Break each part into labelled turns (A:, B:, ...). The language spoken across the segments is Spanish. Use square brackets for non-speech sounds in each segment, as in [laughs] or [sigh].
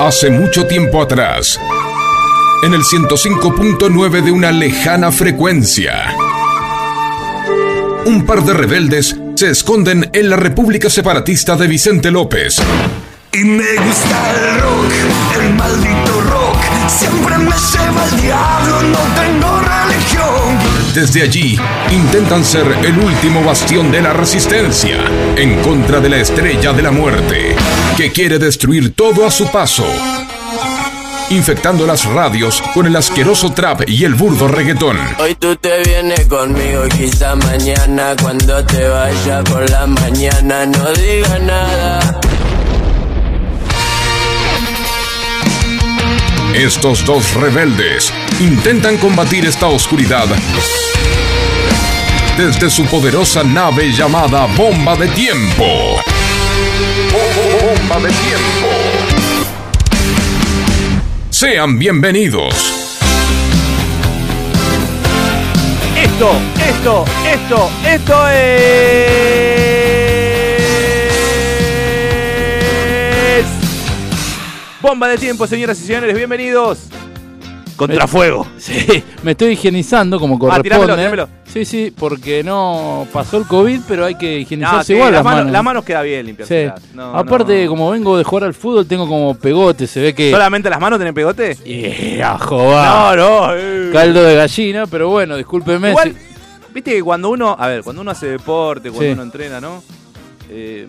A: Hace mucho tiempo atrás, en el 105.9 de una lejana frecuencia, un par de rebeldes se esconden en la República Separatista de Vicente López.
B: Y me gusta el rock, el maldito rock. Siempre me lleva el diablo, no tengo religión.
A: Desde allí, intentan ser el último bastión de la resistencia en contra de la estrella de la muerte, que quiere destruir todo a su paso, infectando las radios con el asqueroso trap y el burdo reggaetón.
C: Hoy tú te vienes conmigo, quizá mañana cuando te vaya por la mañana no diga nada.
A: Estos dos rebeldes intentan combatir esta oscuridad desde su poderosa nave llamada Bomba de Tiempo. Bomba de Tiempo. Sean bienvenidos.
D: Esto, esto, esto, esto es. Bomba de tiempo, señoras y señores, bienvenidos. Eh, Contrafuego.
E: Sí, [laughs] me estoy higienizando como corresponde.
D: Ah, tirámelo, tirámelo.
E: Sí, sí, porque no pasó el COVID, pero hay que higienizarse
D: sí,
E: igual las
D: las,
E: manos.
D: las manos queda bien limpias.
E: Sí.
D: No,
E: Aparte,
D: no.
E: como vengo de jugar al fútbol, tengo como pegote, se ve que...
D: ¿Solamente las manos tienen pegote?
E: Eh, a jobar.
D: No, no. eh.
E: Caldo de gallina, pero bueno, discúlpeme.
D: Igual,
E: si-
D: viste que cuando uno, a ver, cuando uno hace deporte, cuando
E: Sí.
D: uno entrena, ¿no? Eh,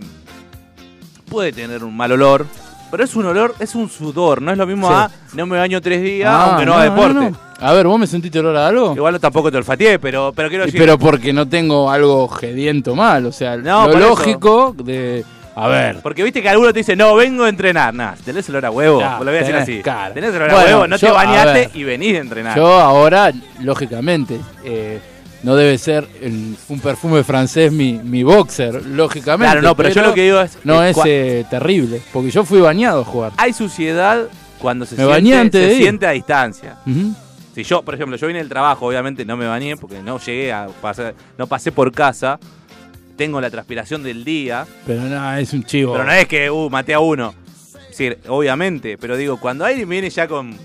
D: puede tener un mal olor, pero es un olor, es un sudor, no es lo mismo
E: Sí.
D: a no me baño tres días,
E: Ah,
D: aunque no, haga deporte.
E: no. A ver, ¿vos me sentiste olor a algo?
D: Igual tampoco te olfateé, pero, pero quiero
E: Y
D: decir.
E: pero porque no tengo algo gediento mal, o sea,
D: No,
E: lo
D: por eso.
E: lógico de... A ver,
D: porque viste que alguno te dice, no, vengo a entrenar. Nah, tenés olor a huevo.
E: Ya,
D: vos lo voy a decir
E: tenés,
D: así.
E: claro.
D: Tenés olor a
E: Bueno,
D: huevo, no te
E: yo- a
D: bañaste
E: ver.
D: y venís a entrenar.
E: Yo ahora, lógicamente, eh, no debe ser el- un perfume francés mi, mi boxer, lógicamente.
D: claro, no, pero, yo lo que digo es.
E: No
D: es
E: es
D: cua-
E: eh, terrible, porque yo fui bañado a jugar.
D: Hay suciedad cuando se,
E: Me bañé
D: siente,
E: antes de
D: se
E: ir.
D: siente a distancia.
E: Ujú.
D: Si yo, por ejemplo, yo vine del trabajo, obviamente no me bañé porque no llegué a pasar, no pasé por casa. Tengo la transpiración del día,
E: Pero no, es un chivo.
D: pero no es que uh, maté a uno. Es decir, obviamente, pero digo, cuando alguien viene ya con,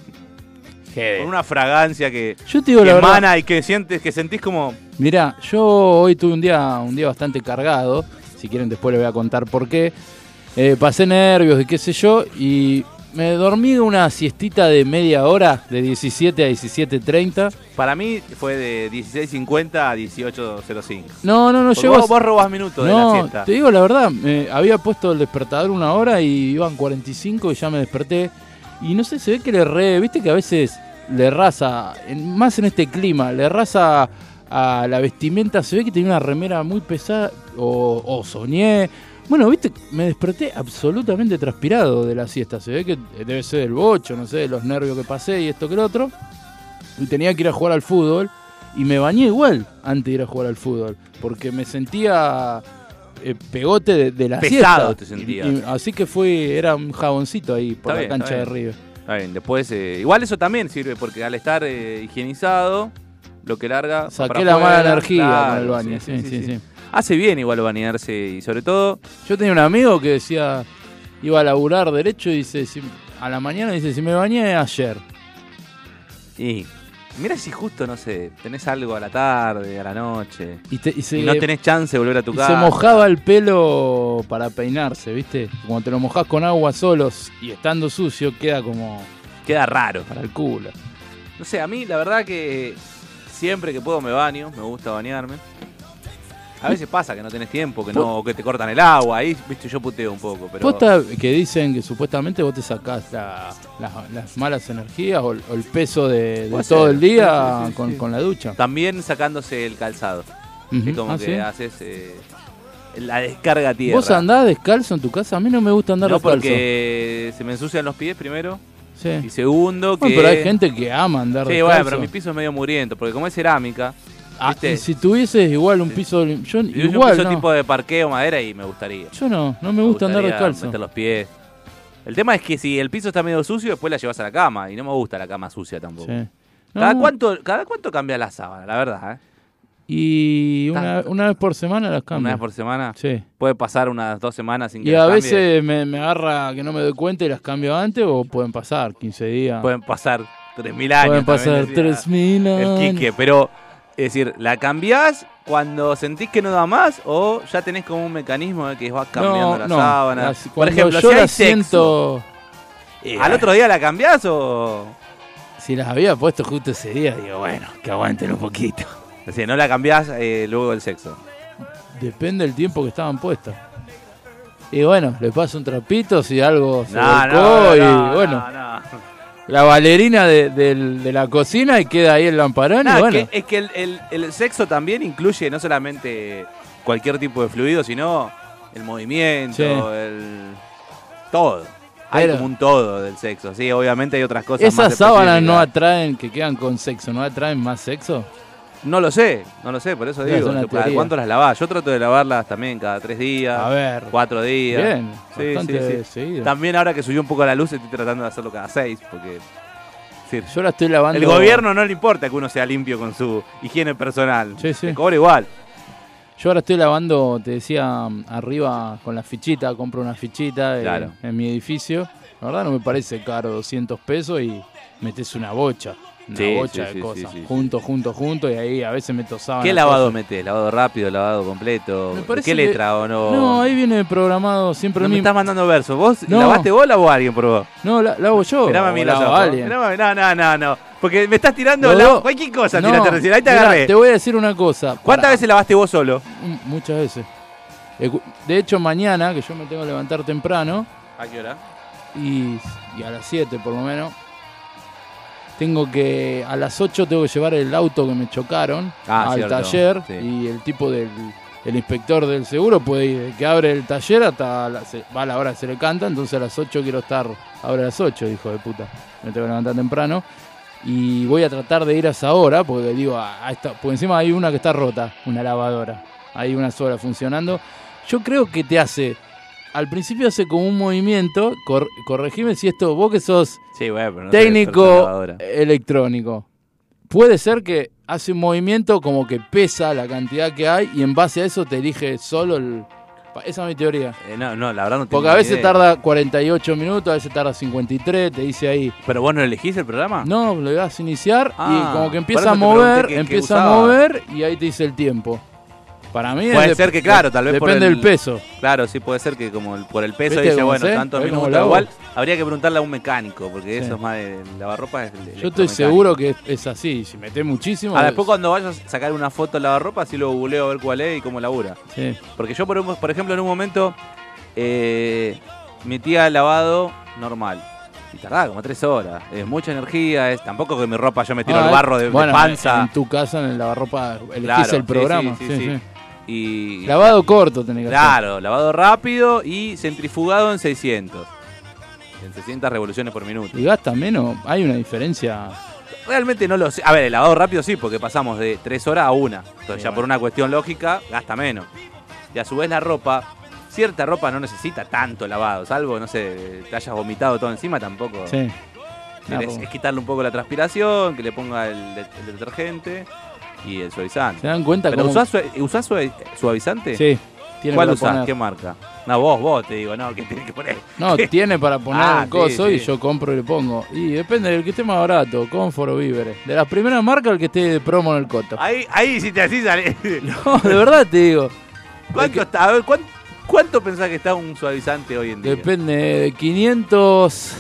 E: Jede.
D: con una fragancia que,
E: Yo te digo
D: que
E: la verdad.
D: emana y que sientes, que sentís como.
E: Mirá, yo hoy tuve un día, un día bastante cargado. Si quieren después les voy a contar por qué. Eh, pasé nervios y qué sé yo. Y me dormí una siestita de media hora, de 17 a 17.30.
D: Para mí fue de 16.50 a 18.05.
E: No, no, no
D: Porque
E: llegó a-
D: Vos, vos robás minutos de la siesta.
E: te digo la verdad, me había puesto el despertador una hora y iban 45 y ya me desperté. Y no sé, se ve que le erré, viste que a veces le raza, más en este clima, le raza a la vestimenta, se ve que tenía una remera muy pesada o, o soñé. Bueno, viste, me desperté absolutamente transpirado de la siesta, se ve que debe ser del bocho, no sé, de los nervios que pasé y esto que lo otro. Y tenía que ir a jugar al fútbol. Y me bañé igual antes de ir a jugar al fútbol. Porque me sentía eh, pegote de, de la
D: Pesado
E: siesta.
D: te sentías.
E: Y- y- así que fui, era un jaboncito ahí
D: Está
E: por la
D: bien,
E: cancha
D: está
E: de
D: bien.
E: River.
D: Está bien, después. eh, igual eso también sirve porque al estar eh, higienizado, lo que larga. para
E: Saqué la
D: afuera,
E: mala energía con
D: claro,
E: el baño. Sí, sí, sí.
D: Hace bien igual bañarse y sobre todo.
E: Yo tenía un amigo que decía, iba a laburar derecho y dice, si- a la mañana dice, si me bañé ayer.
D: Y mira si justo, no sé, tenés algo a la tarde, a la noche.
E: Y, te- y se,
D: Y no tenés chance de volver a tu
E: y
D: casa.
E: se mojaba el pelo para peinarse, ¿viste? Cuando te lo mojás con agua solos y estando sucio, queda como
D: Queda raro.
E: para el culo.
D: No sé, a mí la verdad que siempre que puedo me baño, me gusta bañarme. A veces pasa que no tenés tiempo, que no, que te cortan el agua, ahí, viste, yo puteo un poco, pero.
E: Posta que dicen que supuestamente vos te sacás la- la- las malas energías o, el- o el peso de, de
D: Puede
E: todo
D: ser.
E: el día
D: Sí, sí, sí,
E: con,
D: sí.
E: con la ducha.
D: También sacándose el calzado.
E: Ujú.
D: Es como
E: Ah,
D: que
E: ¿sí?
D: haces eh, la descarga a tierra.
E: ¿Vos andás descalzo en tu casa? A mí no me gusta andar
D: No
E: descalzo.
D: porque se me ensucian los pies primero.
E: Sí.
D: Y segundo, que.
E: Eh. Bueno, pero hay gente que ama andar
D: Sí,
E: descalzo.
D: bueno, pero mi piso es medio muriento, porque como es cerámica,
E: Ah,
D: ¿viste?
E: y si tuvieses igual un piso... lim- Yo,
D: yo uso
E: igual, no.
D: tipo de parqueo madera y me gustaría.
E: Yo no, no me gusta andar
D: gustaría
E: descalzo.
D: meter los pies. El tema es que si el piso está medio sucio, después la llevas a la cama. Y no me gusta la cama sucia tampoco.
E: Sí. No,
D: ¿Cada, cuánto, ¿Cada cuánto cambia la sábana? La verdad, ¿eh?
E: Y una,
D: Tanto.
E: una vez por semana las cambio.
D: Una vez por semana.
E: Sí.
D: Puede pasar unas dos semanas sin que
E: Y
D: las
E: a
D: cambie.
E: veces me, me agarra que no me doy cuenta y las cambio antes o pueden pasar 15 días.
D: Pueden pasar 3.000 años. también
E: Pueden pasar
D: decía
E: 3.000 años.
D: El Quique, pero... Es decir, ¿la cambiás cuando sentís que no da más o ya tenés como un mecanismo de que vas cambiando
E: No,
D: la
E: no.
D: sábana?
E: Las-
D: Por
E: cuando
D: ejemplo,
E: yo
D: si hay
E: las
D: sexo,
E: siento... Eh,
D: ¿al otro día la cambiás o...?
E: Si las había puesto justo ese día, digo, bueno, que aguanten un poquito.
D: Es decir, no la cambiás eh, luego del sexo.
E: Depende del tiempo que estaban puestas. Y bueno, le paso un trapito si algo se volcó y bueno,
D: no, no.
E: la valerina de, del- de la cocina y queda ahí el lamparón
D: Nada,
E: y
D: es
E: bueno.
D: que- es que el, el- el sexo también incluye no solamente cualquier tipo de fluido, sino el movimiento,
E: Sí.
D: el todo. Hay
E: Pero-
D: como un todo del sexo, sí, obviamente hay otras cosas. más
E: Esas sábanas no
D: específicas.
E: atraen, que quedan con sexo, no atraen más sexo.
D: No lo sé, no lo sé, por eso
E: Es
D: digo.
E: una
D: ¿cada
E: teoría.
D: ¿Cuánto las lavás? Yo trato de lavarlas también cada tres días,
E: A ver.
D: cuatro días.
E: Bien,
D: Sí,
E: bastante
D: sí, sí.
E: seguido.
D: También ahora que subió un poco la luz estoy tratando de hacerlo cada seis, porque... es decir,
E: Yo la estoy lavando.
D: El gobierno no le importa que uno sea limpio con su higiene personal.
E: Sí, sí.
D: Se cobra igual.
E: Yo ahora estoy lavando, te decía, arriba con la fichita, compro una fichita eh,
D: Claro.
E: en mi edificio. La verdad no me parece caro, 200 pesos y metes una bocha. Una
D: Sí,
E: bocha
D: sí,
E: de
D: sí,
E: cosas.
D: sí, sí,
E: junto, junto, junto. Y ahí a veces meto sábanas.
D: ¿Qué
E: Ah, cosas.
D: lavado metes? ¿Lavado rápido? ¿Lavado completo?
E: Me
D: ¿De
E: parece
D: ¿Qué
E: que-
D: letra o no?
E: No, ahí viene programado siempre
D: No
E: el
D: me
E: mismo.
D: estás mandando versos. ¿Vos
E: No.
D: lavaste vos o lavó alguien por vos?
E: No, la, la hago yo.
D: Mirame a
E: o
D: mí
E: la
D: los
E: hago
D: ojos.
E: alguien.
D: Mirame a mí. No, no, no, no. Porque me estás tirando
E: Los
D: la-
E: dos-
D: cualquier cosa.
E: No,
D: tiraste recién. Ahí te
E: mirá,
D: agarré.
E: Te voy a decir una cosa.
D: ¿Cuántas
E: Pará.
D: veces lavaste vos solo?
E: Mm, Muchas veces. Escu- De hecho, mañana, que yo me tengo que levantar temprano,
D: ¿A qué hora?
E: y, y a las 7 por lo menos. Tengo que, a las 8 tengo que llevar el auto que me chocaron
D: Ah,
E: al
D: cierto,
E: taller
D: sí.
E: y el tipo del el inspector del seguro puede ir, desde que abre el taller hasta la, se- va a la hora que se le canta, entonces a las 8 quiero estar, ahora a las 8, hijo de puta, me tengo que levantar temprano y voy a tratar de ir a esa hora, porque digo, a, a esta, porque encima hay una que está rota, una lavadora, hay una sola funcionando. Yo creo que te hace, al principio hace como un movimiento, cor- corregime si esto, vos que sos
D: Sí, bueno, pero no soy experto en
E: técnico
D: lavadora.
E: electrónico, puede ser que hace un movimiento como que pesa la cantidad que hay y en base a eso te elige solo el... pa- Esa es mi teoría.
D: Eh, no, no, la verdad no tengo
E: Porque a
D: ni
E: veces
D: idea.
E: tarda 48 minutos, a veces tarda 53, te dice ahí,
D: ¿Pero vos no elegís el programa?
E: no, lo vas a iniciar
D: Ah,
E: y como que
D: por
E: empieza
D: eso
E: a
D: te
E: mover,
D: pregunté qué- qué
E: empieza a
D: usaba.
E: mover y ahí te dice el tiempo. Para mí es
D: Puede
E: dep-
D: ser que, claro, tal vez por
E: depende
D: el-
E: del peso.
D: Claro, sí puede ser que como el- por el peso
E: ¿Viste
D: dice,
E: cómo
D: bueno,
E: sé?
D: tanto
E: ¿Ves
D: minutos
E: cómo lo hago?
D: igual. Habría que preguntarle a un mecánico, porque
E: Sí.
D: eso es más de lavarropa. Es el- el
E: Yo estoy
D: electromecánico.
E: seguro que es, es así. Si metes muchísimo.
D: Ahora,
E: es-
D: después cuando vayas a sacar una foto al lavarropa, así lo googleo a ver cuál es y cómo labura.
E: Sí.
D: Porque yo, por, un- por ejemplo, en un momento eh, metía lavado normal. Y tardaba como tres horas. Es mucha energía, es tampoco que mi ropa yo me tiro
E: Ah,
D: el barro de, de
E: bueno,
D: panza.
E: En tu casa, en el lavarropa, elegís
D: Claro,
E: el
D: sí,
E: programa.
D: sí,
E: Sí,
D: sí, sí. Y,
E: sí. Lavado corto tenés que hacer.
D: Claro, lavado rápido y centrifugado en 600. En 600 revoluciones por minuto.
E: Y gasta menos. Hay una diferencia.
D: Realmente no lo sé. A ver, el lavado rápido sí, porque pasamos de 3 horas a 1. Entonces
E: Sí,
D: ya por
E: bueno.
D: una cuestión lógica gasta menos. Y a su vez la ropa, cierta ropa no necesita tanto lavado, salvo, no sé, te hayas vomitado todo encima tampoco.
E: Sí.
D: Tienes-
E: Claro.
D: es quitarle un poco la transpiración, que le ponga el, de- el detergente y el
E: ¿Se
D: suavizante.
E: dan cuenta
D: ¿Pero
E: cómo-
D: usás, sua- usás sua- suavizante?
E: Sí. Tiene
D: ¿Cuál
E: para
D: usás?
E: poner.
D: ¿Qué marca? No, vos, vos te digo, no, que tiene que poner. [laughs]
E: No, tiene para poner
D: Ah,
E: el coso
D: sí,
E: y
D: sí.
E: yo compro y le pongo. Y depende del que esté más barato, Confort o Víveres. De las primeras marcas, el que esté de promo en el coto.
D: Ahí, ahí si te así sale.
E: [laughs] No, de verdad te digo.
D: ¿Cuánto está? A ver, ¿cuán- ¿cuánto, pensás que está un suavizante hoy en día?
E: Depende de 500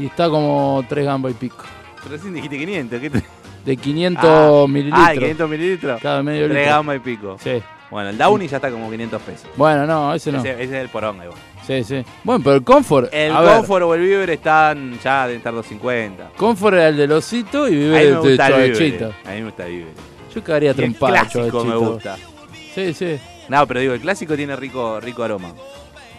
E: y está como 3 gambas y pico.
D: Recién dijiste 500. ¿qué te-
E: De 500
D: Ah,
E: mililitros.
D: Ah, 500 mililitros.
E: Cada medio
D: Tres
E: litro.
D: gama y pico.
E: Sí.
D: Bueno, el Downy ya está como 500 pesos.
E: Bueno, no, ese no.
D: Ese, ese es el porón, ahí va.
E: Sí, sí. Bueno, pero el Comfort.
D: El
E: a ver,
D: Comfort o el Viver están ya de estar 250.
E: Confort era el del osito y vive
D: A mí me
E: el de
D: gusta el Viver.
E: Chovechito.
D: A mí me gusta el Viver.
E: Yo cagaría
D: Y el
E: trompada al
D: clásico me
E: Chovechito.
D: gusta.
E: Sí, sí.
D: No, pero digo, el clásico tiene rico, rico aroma.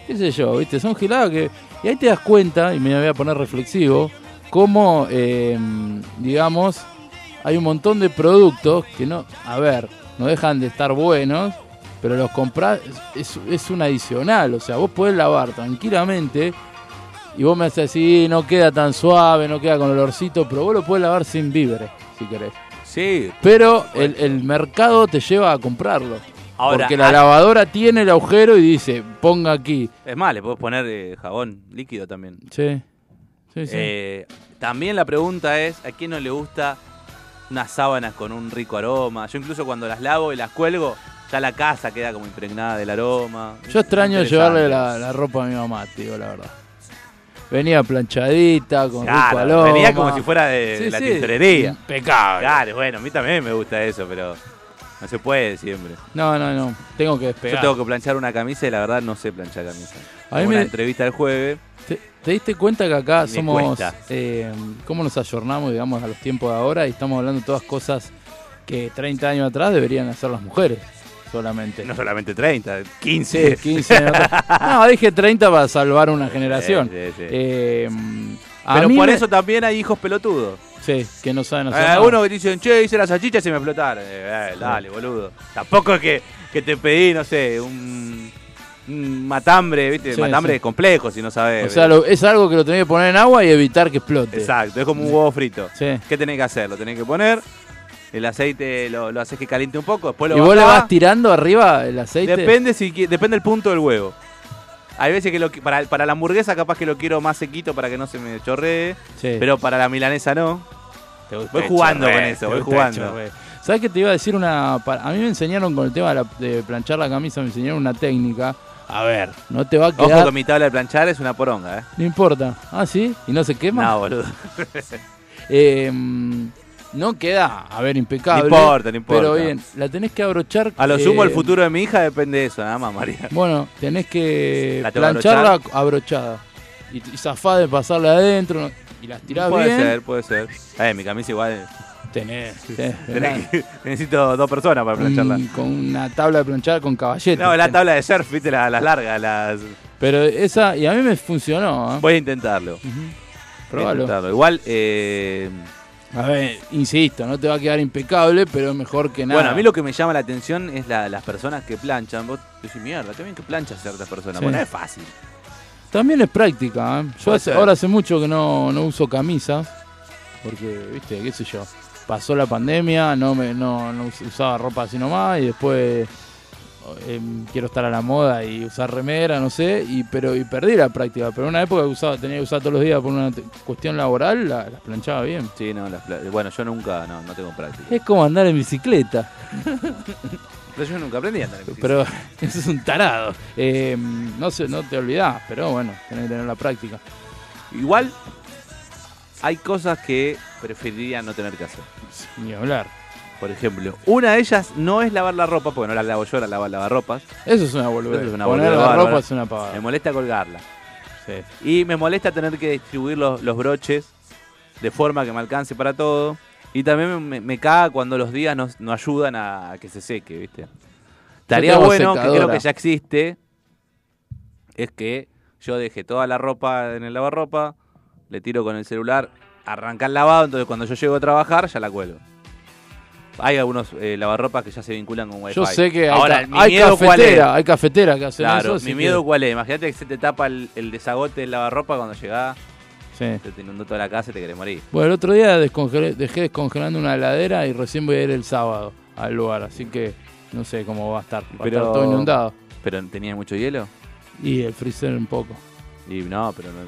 E: qué sé yo, ¿viste? Son giladas que. Y ahí te das cuenta, y me voy a poner reflexivo, cómo, eh, digamos, hay un montón de productos que no. A ver, no dejan de estar buenos, pero los compras. Es, es un adicional, o sea, vos podés lavar tranquilamente. Y vos me haces así, no queda tan suave, no queda con olorcito, pero vos lo podés lavar sin víveres, si querés.
D: Sí,
E: Pero el, el mercado te lleva a comprarlo.
D: Ahora,
E: porque la
D: ah-
E: lavadora tiene el agujero y dice, ponga aquí.
D: es más, le podés poner eh, jabón líquido también.
E: Sí. Sí, sí.
D: Eh, también la pregunta es, ¿a quién no le gusta unas sábanas con un rico aroma? Yo incluso cuando las lavo y las cuelgo, ya la casa queda como impregnada del aroma.
E: Yo extraño
D: Interesante.
E: llevarle la, la ropa a mi mamá, te digo la verdad. Venía planchadita, con rico
D: Claro,
E: aroma.
D: venía como si fuera de,
E: Sí,
D: de la
E: sí.
D: tintorería.
E: Impecable.
D: Claro, bueno, a mí también me gusta eso, pero no se puede siempre.
E: No, no, no. Tengo que
D: Yo
E: despegar.
D: tengo que planchar una camisa y la verdad no sé planchar camisa.
E: A mí
D: Hubo Una
E: me-
D: entrevista el jueves.
E: ¿Te, te diste cuenta que acá
D: Me
E: somos.
D: cuesta.
E: eh, ¿Cómo nos ayornamos, digamos, a los tiempos de ahora y estamos hablando todas cosas que 30 años atrás deberían hacer las mujeres solamente?
D: No solamente 30,
E: Sí,
D: 15.
E: 15 años
D: [laughs]
E: atrás. No, dije 30 para salvar una generación.
D: Sí, sí, sí.
E: Eh, a
D: Pero
E: mí
D: por
E: me-
D: eso también hay hijos pelotudos.
E: Sí, que no saben hacer.
D: Hay
E: nada.
D: Eh, algunos que dicen, che, hice las salchichas y me explotaron. Eh, eh, dale, boludo. Tampoco es que, que te pedí, no sé, un, un matambre, ¿viste?
E: Sí,
D: matambre
E: sí.
D: es complejo si no sabes.
E: O sea, lo- es algo que lo tenés que poner en agua y evitar que explote.
D: Exacto, es como un huevo frito.
E: Sí.
D: ¿Qué tenés que hacer? Lo tenés que poner, el aceite lo, lo haces que caliente un poco, después lo
E: Y vos le
D: bajás.
E: vas tirando arriba el aceite.
D: Depende, si, qui- depende el punto del huevo. Hay veces que lo, qui- para, para la hamburguesa capaz que lo quiero más sequito para que no se me chorree,
E: Sí.
D: pero para la milanesa no. Voy jugando con eso, voy jugando.
E: ¿Sabes qué te iba a decir una.? pa- A mí me enseñaron con el tema de, la- de planchar la camisa, me enseñaron una técnica. A ver. No te va a
D: Ojo
E: quedar.
D: que mi tabla de planchar es una poronga, ¿eh?
E: No importa. Ah, sí. ¿Y no se quema?
D: No, boludo.
E: Eh, mm, no queda, a ver, impecable.
D: No importa, no importa.
E: Pero bien, la tenés que abrochar.
D: A lo
E: eh,
D: sumo el futuro de mi hija depende de eso, nada más, María.
E: Bueno, tenés que
D: ¿La tengo que
E: plancharla abrochada. Y, y zafá de pasarla adentro. no- Y las tirás
D: puede
E: bien.
D: ser, puede ser. Eh, mi camisa igual.
E: Tenés. tenés-
D: tenés que- [laughs] necesito dos personas para plancharla.
E: un- con una tabla de planchar con caballete.
D: No, la tabla de surf, viste, la- las largas, las.
E: Pero esa, y a mí me funcionó. ¿eh?
D: Voy a intentarlo. Voy a
E: Probalo.
D: intentarlo. Igual, eh,
E: A ver, insisto, no te va a quedar impecable, pero mejor que nada.
D: Bueno, a mí lo que me llama la atención es la- las personas que planchan. Vos decís, mierda, qué bien que planchan ciertas personas.
E: Sí.
D: Bueno, no es fácil.
E: También es práctica. ¿eh? Yo
D: Puede
E: hace-
D: ser.
E: ahora hace mucho que no, no uso camisas. Porque, viste, qué sé yo. Pasó la pandemia, no me no, no us- usaba ropa así nomás. Y después eh, quiero estar a la moda y usar remera, no sé. y pero y Perdí la práctica. Pero en una época que usaba, tenía que usar todos los días por una t- cuestión laboral, la- las planchaba bien.
D: Sí, no, las pla- bueno, yo nunca, no, no tengo práctica.
E: Es como andar en bicicleta.
D: Pero yo nunca aprendí a andar en bici.
E: Pero [laughs] eso es un tarado. Eh, no, se, no te olvidás, pero bueno, tenés que tener la práctica.
D: Igual, hay cosas que preferiría no tener que hacer.
E: Ni hablar.
D: Por ejemplo, una de ellas no es lavar la ropa, porque no la lavo yo, la lavo lavarropas.
E: Eso es una boludez.
D: Eso es una
E: Poner
D: boludez
E: la
D: bárbara.
E: ropa es una
D: Me
E: pavada.
D: molesta colgarla.
E: Sí.
D: Y me molesta tener que distribuir los, los broches de forma que me alcance para todo. Y también me, me caga cuando los días nos- no, ayudan a que se seque, ¿viste? Estaría
E: tengo
D: bueno, que creo
E: secadora.
D: que ya existe, es que yo deje toda la ropa en el lavarropa, le tiro con el celular, arranca el lavado, entonces cuando yo llego a trabajar ya la cuelo. Hay algunos eh, lavarropas que ya se vinculan con Wi-Fi.
E: Yo sé que hay,
D: Ahora,
E: ca-
D: mi
E: hay
D: miedo cuál es.
E: cafetera, hay cafetera que hacen
D: Claro,
E: eso.
D: mi
E: así
D: miedo cuál es. Imagínate que se te tapa el, el desagote del lavarropa cuando llegás, este,
E: que- sí.
D: te te inundó toda la casa y te querés morir.
E: Bueno, el otro día descongelé- dejé descongelando una heladera y recién voy a ir el sábado al lugar, así que no sé cómo va a estar. Va a
D: Pero-
E: estar todo inundado.
D: ¿Pero tenías mucho hielo?
E: Y el freezer un poco.
D: Y no, pero no.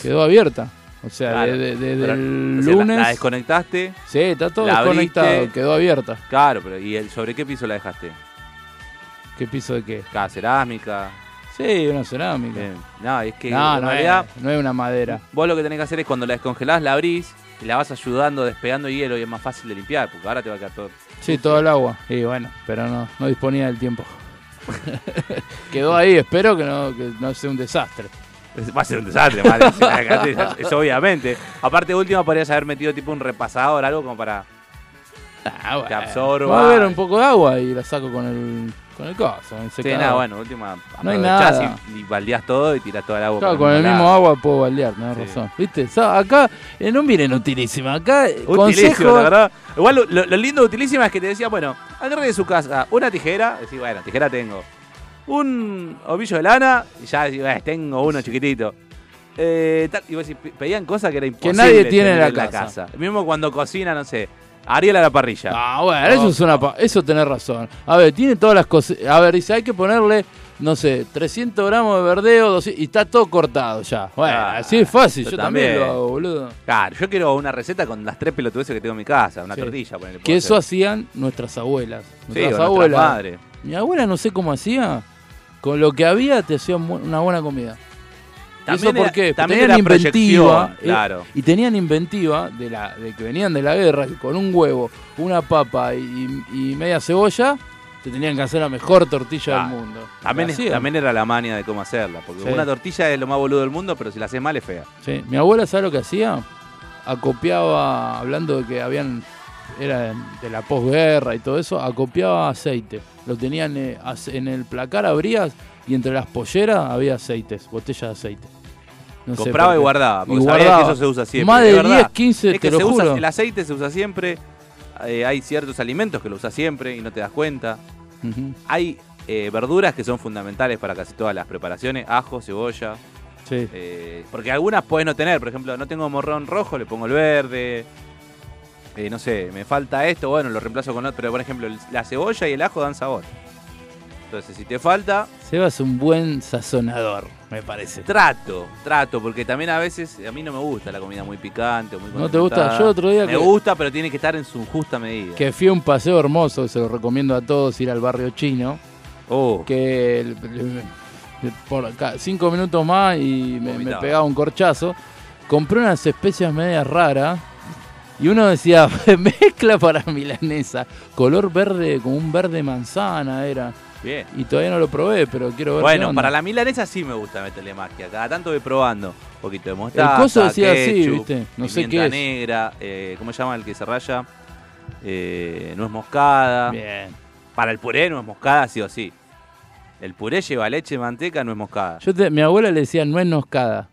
E: Quedó abierta. O sea,
D: Claro,
E: desde
D: pero-
E: el
D: o sea, la-
E: lunes.
D: La, desconectaste,
E: Sí, está todo
D: La abriste.
E: desconectado, quedó abierta.
D: claro, pero ¿y el, sobre qué piso la dejaste?
E: ¿Qué piso de qué?
D: Cada cerámica.
E: Sí, una cerámica.
D: bien. No, es que
E: no,
D: en
E: no,
D: realidad,
E: es, no es una madera.
D: vos lo que tenés que hacer es cuando la descongelás, la abrís y la vas ayudando, despegando hielo y es más fácil de limpiar, porque ahora te va a quedar todo.
E: Sí, todo el agua. Y bueno, pero no, no disponía del tiempo. [laughs] quedó ahí, espero que no, que no sea un desastre.
D: Va a ser un desastre, madre. [laughs] Si la dejaste, Eso obviamente. Aparte, última podrías haber metido tipo un repasador, algo como para
E: Ah, bueno.
D: que absorba.
E: Va a haber un poco de agua y la saco con el, con el coso. el
D: Sí,
E: secador.
D: nada, bueno, última.
E: No hay
D: aprovechás
E: nada.
D: Y, y baldeás todo y tirás toda el agua.
E: Claro,
D: por
E: con el
D: lado.
E: mismo agua puedo baldear, tenés
D: Sí.
E: razón. ¿Viste? Sa- acá, eh, no miren utilísima, acá eh,
D: Utilísimo, la
E: consejo.
D: verdad. Igual lo, lo- lo lindo de Utilísima es que te decía, bueno, agarré de su casa una tijera, decís, bueno, tijera tengo. Un ovillo de lana, y ya decís, "Bueno, tengo uno chiquitito. Eh, tal, y vos decís, pe- pedían cosas que era imposible.
E: nadie tiene en
D: tener
E: la
D: en
E: casa.
D: Mismo cuando cocina, no sé, Ariel a la parrilla.
E: Ah, bueno, eso es una pa- eso tenés razón. A ver, tiene todas las cosas. A ver, dice, hay que ponerle, no sé, 300 gramos de verdeo, 200 y está todo cortado ya. Bueno,
D: Ah,
E: así es fácil,
D: yo
E: yo, también.
D: también.
E: lo hago, boludo.
D: Claro, yo quiero una receta con las tres pelotudeces que tengo en mi casa, una
E: Sí.
D: tortilla, ponele,
E: Que
D: puedo
E: eso
D: hacer.
E: hacían nuestras abuelas.
D: Sí, o
E: Nuestras
D: nuestras
E: abuelas.
D: madres.
E: Mi abuela no sé cómo hacía. Con lo que había te hacían mu- una buena comida. ¿Y
D: También
E: ¿Eso por
D: era-
E: qué? Porque
D: también
E: tenían
D: era
E: inventiva.
D: proyección,
E: eh,
D: claro.
E: Y tenían inventiva de, la, de que venían de la guerra y con un huevo, una papa y, y media cebolla, te tenían que hacer la mejor tortilla
D: Claro.
E: del mundo.
D: Ah, También,
E: La
D: es-
E: hacían.
D: también era la mania de cómo hacerla, porque
E: Sí.
D: una tortilla es lo más boludo del mundo, pero si la haces mal es fea.
E: Sí. Mi abuela, ¿sabe lo que hacía? Acopiaba, hablando de que habían. Era de la posguerra y todo eso, acopiaba aceite. Lo tenían eh, ace- en el placar, abrías y entre las polleras había aceites, botellas de aceite. No sé
D: Compraba
E: por
D: y
E: qué.
D: guardaba, porque
E: Y
D: sabía
E: guardaba.
D: que eso se usa siempre.
E: Más
D: y es
E: de
D: verdad.
E: 10, 15,
D: Es que
E: te lo
D: se usa-
E: juro.
D: el aceite se usa siempre, eh, hay ciertos alimentos que lo usas siempre y no te das cuenta.
E: Ujú,
D: Hay eh, verduras que son fundamentales para casi todas las preparaciones, ajo, cebolla,
E: sí.
D: eh, porque algunas puedes no tener, por ejemplo, no tengo morrón rojo, le pongo el verde. Eh, no sé, me falta esto, bueno, lo reemplazo con otro, pero por ejemplo, el- la cebolla y el ajo dan sabor. Entonces, si te falta,
E: Seba es un buen sazonador, me parece.
D: trato, trato, porque también a veces a mí no me gusta la comida muy picante o muy
E: ¿No te gusta?
D: condimentada.
E: Yo otro día
D: Me
E: que-
D: gusta, pero tiene que estar en su justa medida.
E: Que fui a un paseo hermoso, se lo recomiendo a todos ir al barrio chino.
D: Oh,
E: que el- el- el- por acá, cinco minutos más y me, me
D: Vomitaba.
E: pegaba un corchazo. Compré unas especias medias raras y uno decía, [laughs] mezcla para milanesa, color verde, como un verde manzana era.
D: bien.
E: Y todavía no lo probé, pero quiero ver. qué
D: Bueno,
E: onda.
D: para la milanesa sí me gusta meterle magia. Cada tanto voy probando. Un poquito de
E: El
D: mostaza.
E: coso decía así,
D: ketchup,
E: ¿viste? No sé
D: pimienta
E: qué es.
D: negra. eh, ¿Cómo se llama el que se raya? Eh, nuez moscada.
E: Bien.
D: Para el puré, nuez moscada, sí o sí. El puré lleva leche, manteca, nuez
E: [laughs]
D: moscada.
E: Yo te- mi abuela le decía nuez noscada.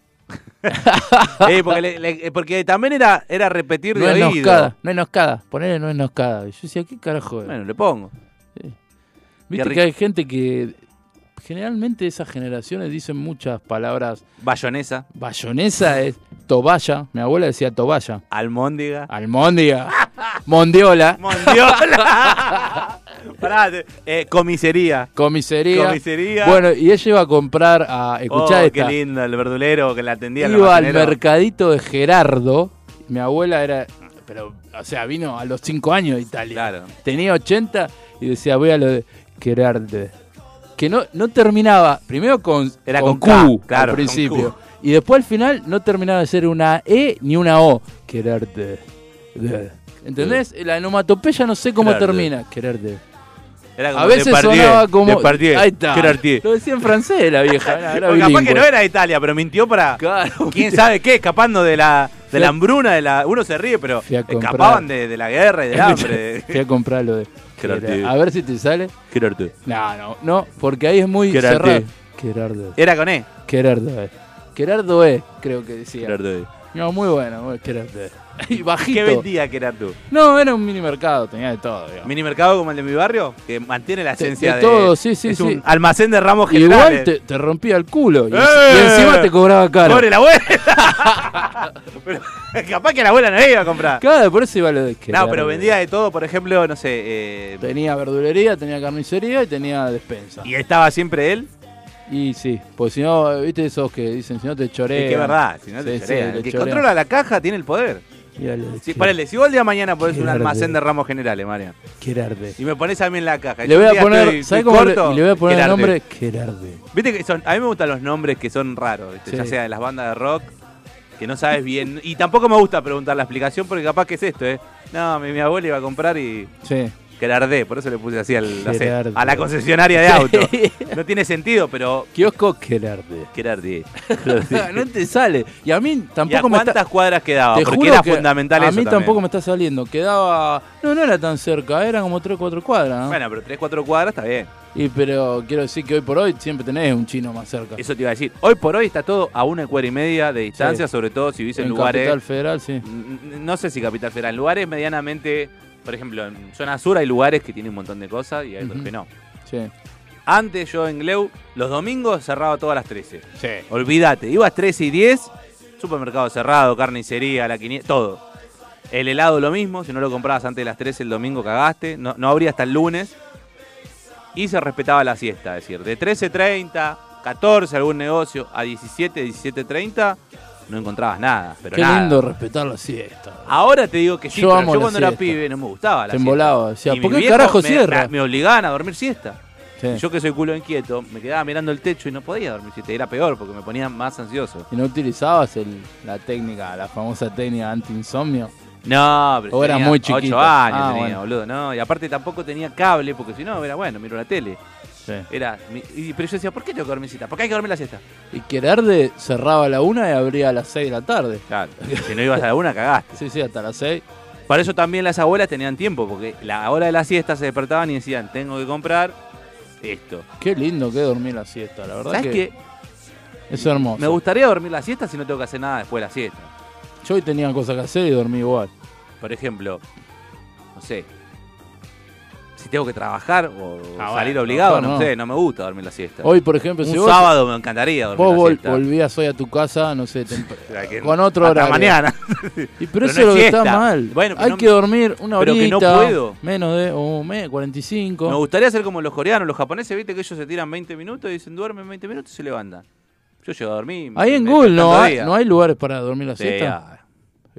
D: Eh, porque, le- le- eh, porque también era, era repetir de
E: Nuez
D: oído.
E: noscada, nuez noscada, ponele nuez noscada. Y yo decía, ¿qué carajo es?
D: Bueno, le pongo.
E: Viste
D: rico.
E: que hay gente que. Generalmente esas generaciones dicen muchas palabras
D: Bayonesa,
E: Bayonesa es toballa. Mi abuela decía toballa.
D: almóndiga.
E: Almóndiga.
D: [laughs]
E: Mondiola. [laughs]
D: Mondiola. Pará, te- eh, comisaría.
E: Comisería.
D: Comisería.
E: Bueno, y ella iba a comprar a. Escuchá
D: oh,
E: esta.
D: qué lindo, el verdulero que la atendía. el
E: Iba al
D: almacenero.
E: mercadito de Gerardo. Mi abuela era. Pero, o sea, vino a los 5 años de Italia.
D: Claro.
E: Tenía 80 y decía, voy a lo de Gerardo. Que no, no terminaba. Primero con,
D: Era con K,
E: Q
D: claro,
E: al
D: con
E: principio.
D: Q.
E: Y después al final no terminaba de ser una E ni una O. Gerardo. ¿Entendés? La onomatopeya no sé cómo
D: Gerarde.
E: termina. Gerardo.
D: Era como
E: A veces
D: Depardieu,
E: sonaba como.
D: Depardieu,
E: Ahí está.
D: Gerardier.
E: Lo decía en francés la vieja. Era, era
D: O capaz que
E: bilingüe.
D: [laughs] no era de Italia, pero mintió para.
E: Claro,
D: ¿Quién sabe qué? Escapando de la, de
E: Fui a-
D: la hambruna, de la. Uno se ríe, pero
E: Fui a comprar.
D: escapaban de, de la guerra y [laughs] del hambre.
E: Fui a comprar lo de.
D: Gerardo.
E: A ver si te sale.
D: Gerardo.
E: No, no, no, porque ahí es muy
D: Gerardo.
E: cerrado. Gerardo.
D: Era con E.
E: Gerardo. eh. Gerardo E, creo que decía.
D: Gerardo.
E: No, muy bueno, bueno, Gerardo. eh. [laughs] Y
D: ¿Qué
E: bajito.
D: vendía Gerardo?
E: No, era un mini mercado, tenía de todo. digamos.
D: Mini mercado como el de mi barrio, que mantiene la
E: De-
D: esencia
E: de
D: de.
E: todo, sí, sí,
D: es
E: sí.
D: un almacén de ramos
E: Igual
D: generales.
E: te, te rompía el culo y,
D: ¡Eh!
E: y encima te cobraba caro.
D: Pobre la abuela. [laughs] pero, capaz que la abuela no le iba a comprar.
E: Claro, por eso iba lo de Gerardo. E.
D: No, pero vendía de todo, por ejemplo, no sé. eh,
E: Tenía verdulería, tenía carnicería y tenía despensa.
D: y estaba siempre él.
E: Y sí, pues si no, viste esos que dicen, si no te choré.
D: Es que es verdad, si no te
E: Sí, sí,
D: chorean.
E: te
D: El que
E: chorean.
D: controla la caja tiene el poder. Si, ponele, si vos el día de mañana pones un
E: Qué
D: almacén
E: verde.
D: de ramos generales, Marian,
E: Gerardo.
D: y me pones a mí en la caja. y
E: Le
D: yo
E: voy
D: un
E: a
D: día
E: poner,
D: estoy-
E: ¿sabes
D: estoy
E: cómo? le-
D: corto,
E: y le voy a poner el
D: Gerardo.
E: nombre Gerardo.
D: Viste que son, a mí me gustan los nombres que son raros, ¿viste?
E: Sí.
D: ya sea de las bandas de rock, que no sabes bien. Y tampoco me gusta preguntar la explicación porque capaz que es esto, ¿eh? No, mi, mi abuela iba a comprar y.
E: Sí.
D: Gerardé, por eso le puse así al, no sé,
E: Gerardé.
D: a la concesionaria de
E: [laughs]
D: auto. No tiene sentido, pero.
E: Kiosco
D: [laughs]
E: Gerardo.
D: Gerardé. [laughs]
E: no te sale. Y a mí
D: ¿Y a
E: tampoco me
D: cuántas
E: está.
D: cuadras quedaba?
E: Te
D: Porque
E: juro
D: era
E: que
D: fundamental
E: A
D: eso
E: mí
D: también.
E: tampoco me está saliendo. Quedaba. No, no era tan cerca, eran como 3 4 cuadras. ¿no?
D: Bueno, pero 3, 4 cuadras está bien.
E: Y pero quiero decir que hoy por hoy siempre tenés un chino más cerca.
D: Eso te iba a decir. Hoy por hoy está todo a una cuadra y media de distancia, sobre todo si vivís en,
E: en
D: lugares.
E: Capital Federal, sí.
D: n- n- No sé si Capital Federal, en lugares medianamente. Por ejemplo, en zona sur hay lugares que tienen un montón de cosas y hay otros
E: Ujú.
D: que no.
E: Sí.
D: Antes yo en Gleu, los domingos cerraba todas las 13. Olvídate, ibas 13 y 10, supermercado cerrado, carnicería, la 500, todo. El helado lo mismo, si no lo comprabas antes de las 3 el domingo cagaste, no, no abría hasta el lunes. Y se respetaba la siesta, es decir, de 13.30, 14 algún negocio, a 17, 17.30 no encontrabas nada. Pero
E: Qué
D: nada.
E: lindo respetar la siesta.
D: Ahora te digo que sí,
E: Yo
D: pero
E: amo
D: yo
E: la
D: cuando era
E: siesta.
D: pibe no me gustaba la
E: Te embolaba, decía,
D: Y
E: ¿por
D: mis
E: qué
D: viejos
E: carajo
D: me-
E: cierra?
D: Me, obligaban a dormir siesta.
E: Sí.
D: Y Yo que soy culo inquieto, me quedaba mirando el techo y no podía dormir siesta. y Era peor porque me ponía más ansioso.
E: ¿Y no utilizabas el- la técnica, la famosa técnica anti-insomnio?
D: No, pero
E: O era
D: tenía
E: muy
D: ocho
E: chiquito.
D: años
E: Ah,
D: tenía,
E: bueno.
D: boludo. No, y aparte tampoco tenía cable porque si no era bueno, miro la tele.
E: Sí.
D: Era, mi- y- pero yo decía, ¿por qué tengo que dormir siesta? ¿Por qué hay que dormir la siesta?
E: Y Querarde cerraba a la una y abría a las 6 de la tarde.
D: Claro, si no ibas a la una, cagaste.
E: Sí, sí, hasta las 6.
D: Para eso también las abuelas tenían tiempo, porque la hora de la siesta se despertaban y decían, tengo que comprar esto.
E: Qué lindo que dormir la siesta, la verdad
D: ¿Sabes
E: que
D: qué?
E: es hermoso.
D: Me gustaría dormir la siesta si no tengo que hacer nada después de la siesta.
E: Yo hoy tenía cosas que hacer y dormí igual.
D: Por ejemplo, no sé, si tengo que trabajar o salir obligado,
E: no,
D: no,
E: no.
D: sé, no me gusta dormir la siesta.
E: Hoy, por ejemplo, si
D: Un
E: vos,
D: sábado me encantaría dormir
E: vos
D: la
E: vol-
D: siesta.
E: volvías hoy a tu casa, no
D: [laughs]
E: sé, tempr-
D: O sea, que
E: con otro
D: hasta
E: horario. [laughs]
D: mañana.
E: Y, pero,
D: Pero no
E: eso es lo
D: es
E: que está
D: siesta.
E: mal.
D: Bueno, pero
E: Hay
D: no-
E: que dormir una
D: pero
E: horita.
D: que no puedo.
E: Menos de un mes, 45.
D: me gustaría ser como los coreanos, los japoneses, viste que ellos se tiran 20 minutos y dicen duermen 20 minutos y se levantan. Yo llego a dormir.
E: Ahí
D: me-
E: en
D: me-
E: Google no
D: tanto
E: hay,
D: día.
E: no hay lugares para dormir la
D: Sí,
E: siesta.
D: ah,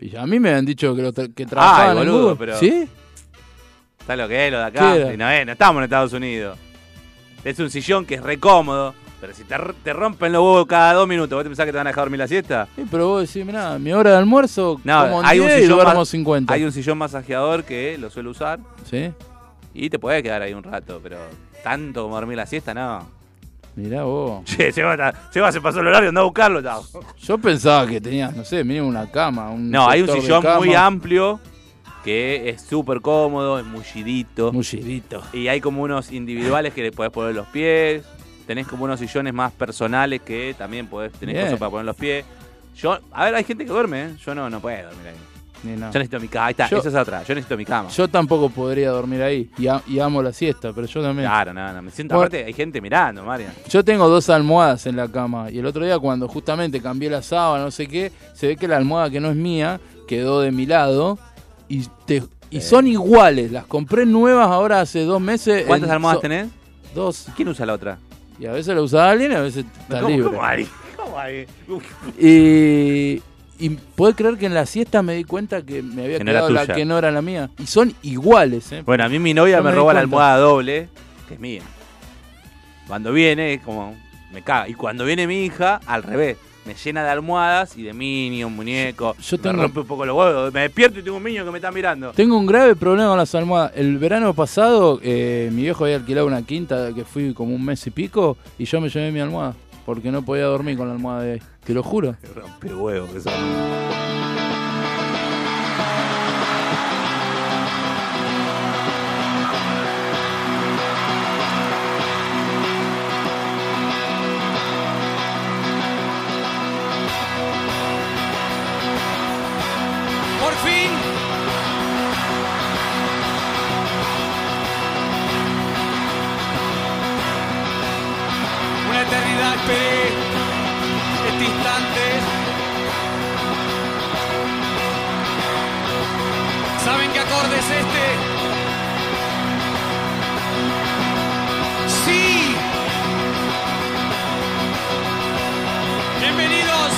E: Y a mí me han dicho que, lo tra- que trabajaban en
D: boludo,
E: Google.
D: pero-
E: ¿Sí?
D: Está lo que es lo de
E: ¿Qué
D: acá.
E: era?
D: Y no, es, no estamos en Estados Unidos. Es un sillón que es recómodo. Pero si te, r- te rompen los huevos cada dos minutos, ¿vos te pensás que te van a dejar dormir la siesta?
E: Sí, pero vos decís, mirá, mi hora de almuerzo
D: No,
E: como en
D: hay un
E: 10 y
D: sillón
E: duermo
D: más-
E: 50.
D: Hay un sillón masajeador que lo suelo usar
E: ¿Sí?
D: y te podés quedar ahí un rato, pero tanto como dormir la siesta, no.
E: Mirá
D: [laughs]
E: vos.
D: Che, se va, ta- se va, se pasó el horario, anda a buscarlo. chao.
E: Yo pensaba que tenías, no sé, mínimo una cama. Un
D: No, hay un
E: sector de
D: sillón
E: cama.
D: muy amplio que es súper cómodo, es mullidito.
E: Mullidito.
D: Y hay como unos individuales que le podés poner los pies. Tenés como unos sillones más personales que también podés tener
E: Bien.
D: cosas para poner los pies. Yo, a ver, hay gente que duerme, ¿eh? Yo no, no puedo dormir ahí.
E: Ni nada.
D: Yo necesito mi cama. Ahí está,
E: Yo-
D: esa es otra. Yo necesito mi cama.
E: Yo tampoco podría dormir ahí. Y, a- y amo la siesta, pero yo también.
D: Claro, no, no. Me siento,
E: Bueno.
D: aparte, hay gente mirando, Marian.
E: Yo tengo dos almohadas en la cama. Y el otro día, cuando justamente cambié la sábana, no sé qué, se ve que la almohada que no es mía quedó de mi lado. Y, te- y son iguales. Las compré nuevas ahora hace dos meses.
D: ¿Cuántas
E: en-
D: almohadas
E: so-
D: tenés?
E: Dos.
D: ¿Quién usa la otra?
E: Y a veces la usa alguien, a veces está
D: ¿Cómo,
E: libre.
D: cómo hay? ¿Cómo hay?
E: Y, y podés creer que en la siesta me di cuenta que me había
D: Que no era
E: quedado la
D: tuya.
E: que no era la mía. Y son iguales, ¿eh?
D: Bueno, a mí mi novia
E: No
D: me,
E: me di
D: roba la
E: cuenta.
D: almohada doble, que es mía. Cuando viene, es como, me caga. Y cuando viene mi hija, al revés. Me llena de almohadas y de minion, muñeco.
E: Yo- yo
D: me
E: tengo-
D: rompe un poco los huevos. Me despierto y tengo un niño que me está mirando.
E: Tengo un grave problema con las almohadas. El verano pasado, eh, mi viejo había alquilado una quinta que fui como un mes y pico y yo me llevé mi almohada porque no podía dormir con la almohada de ahí. Te lo juro.
D: Me rompe los huevos que son.
F: Por fin. Una eternidad esperé este instante. ¿Saben qué acorde es este? ¡Sí! Bienvenidos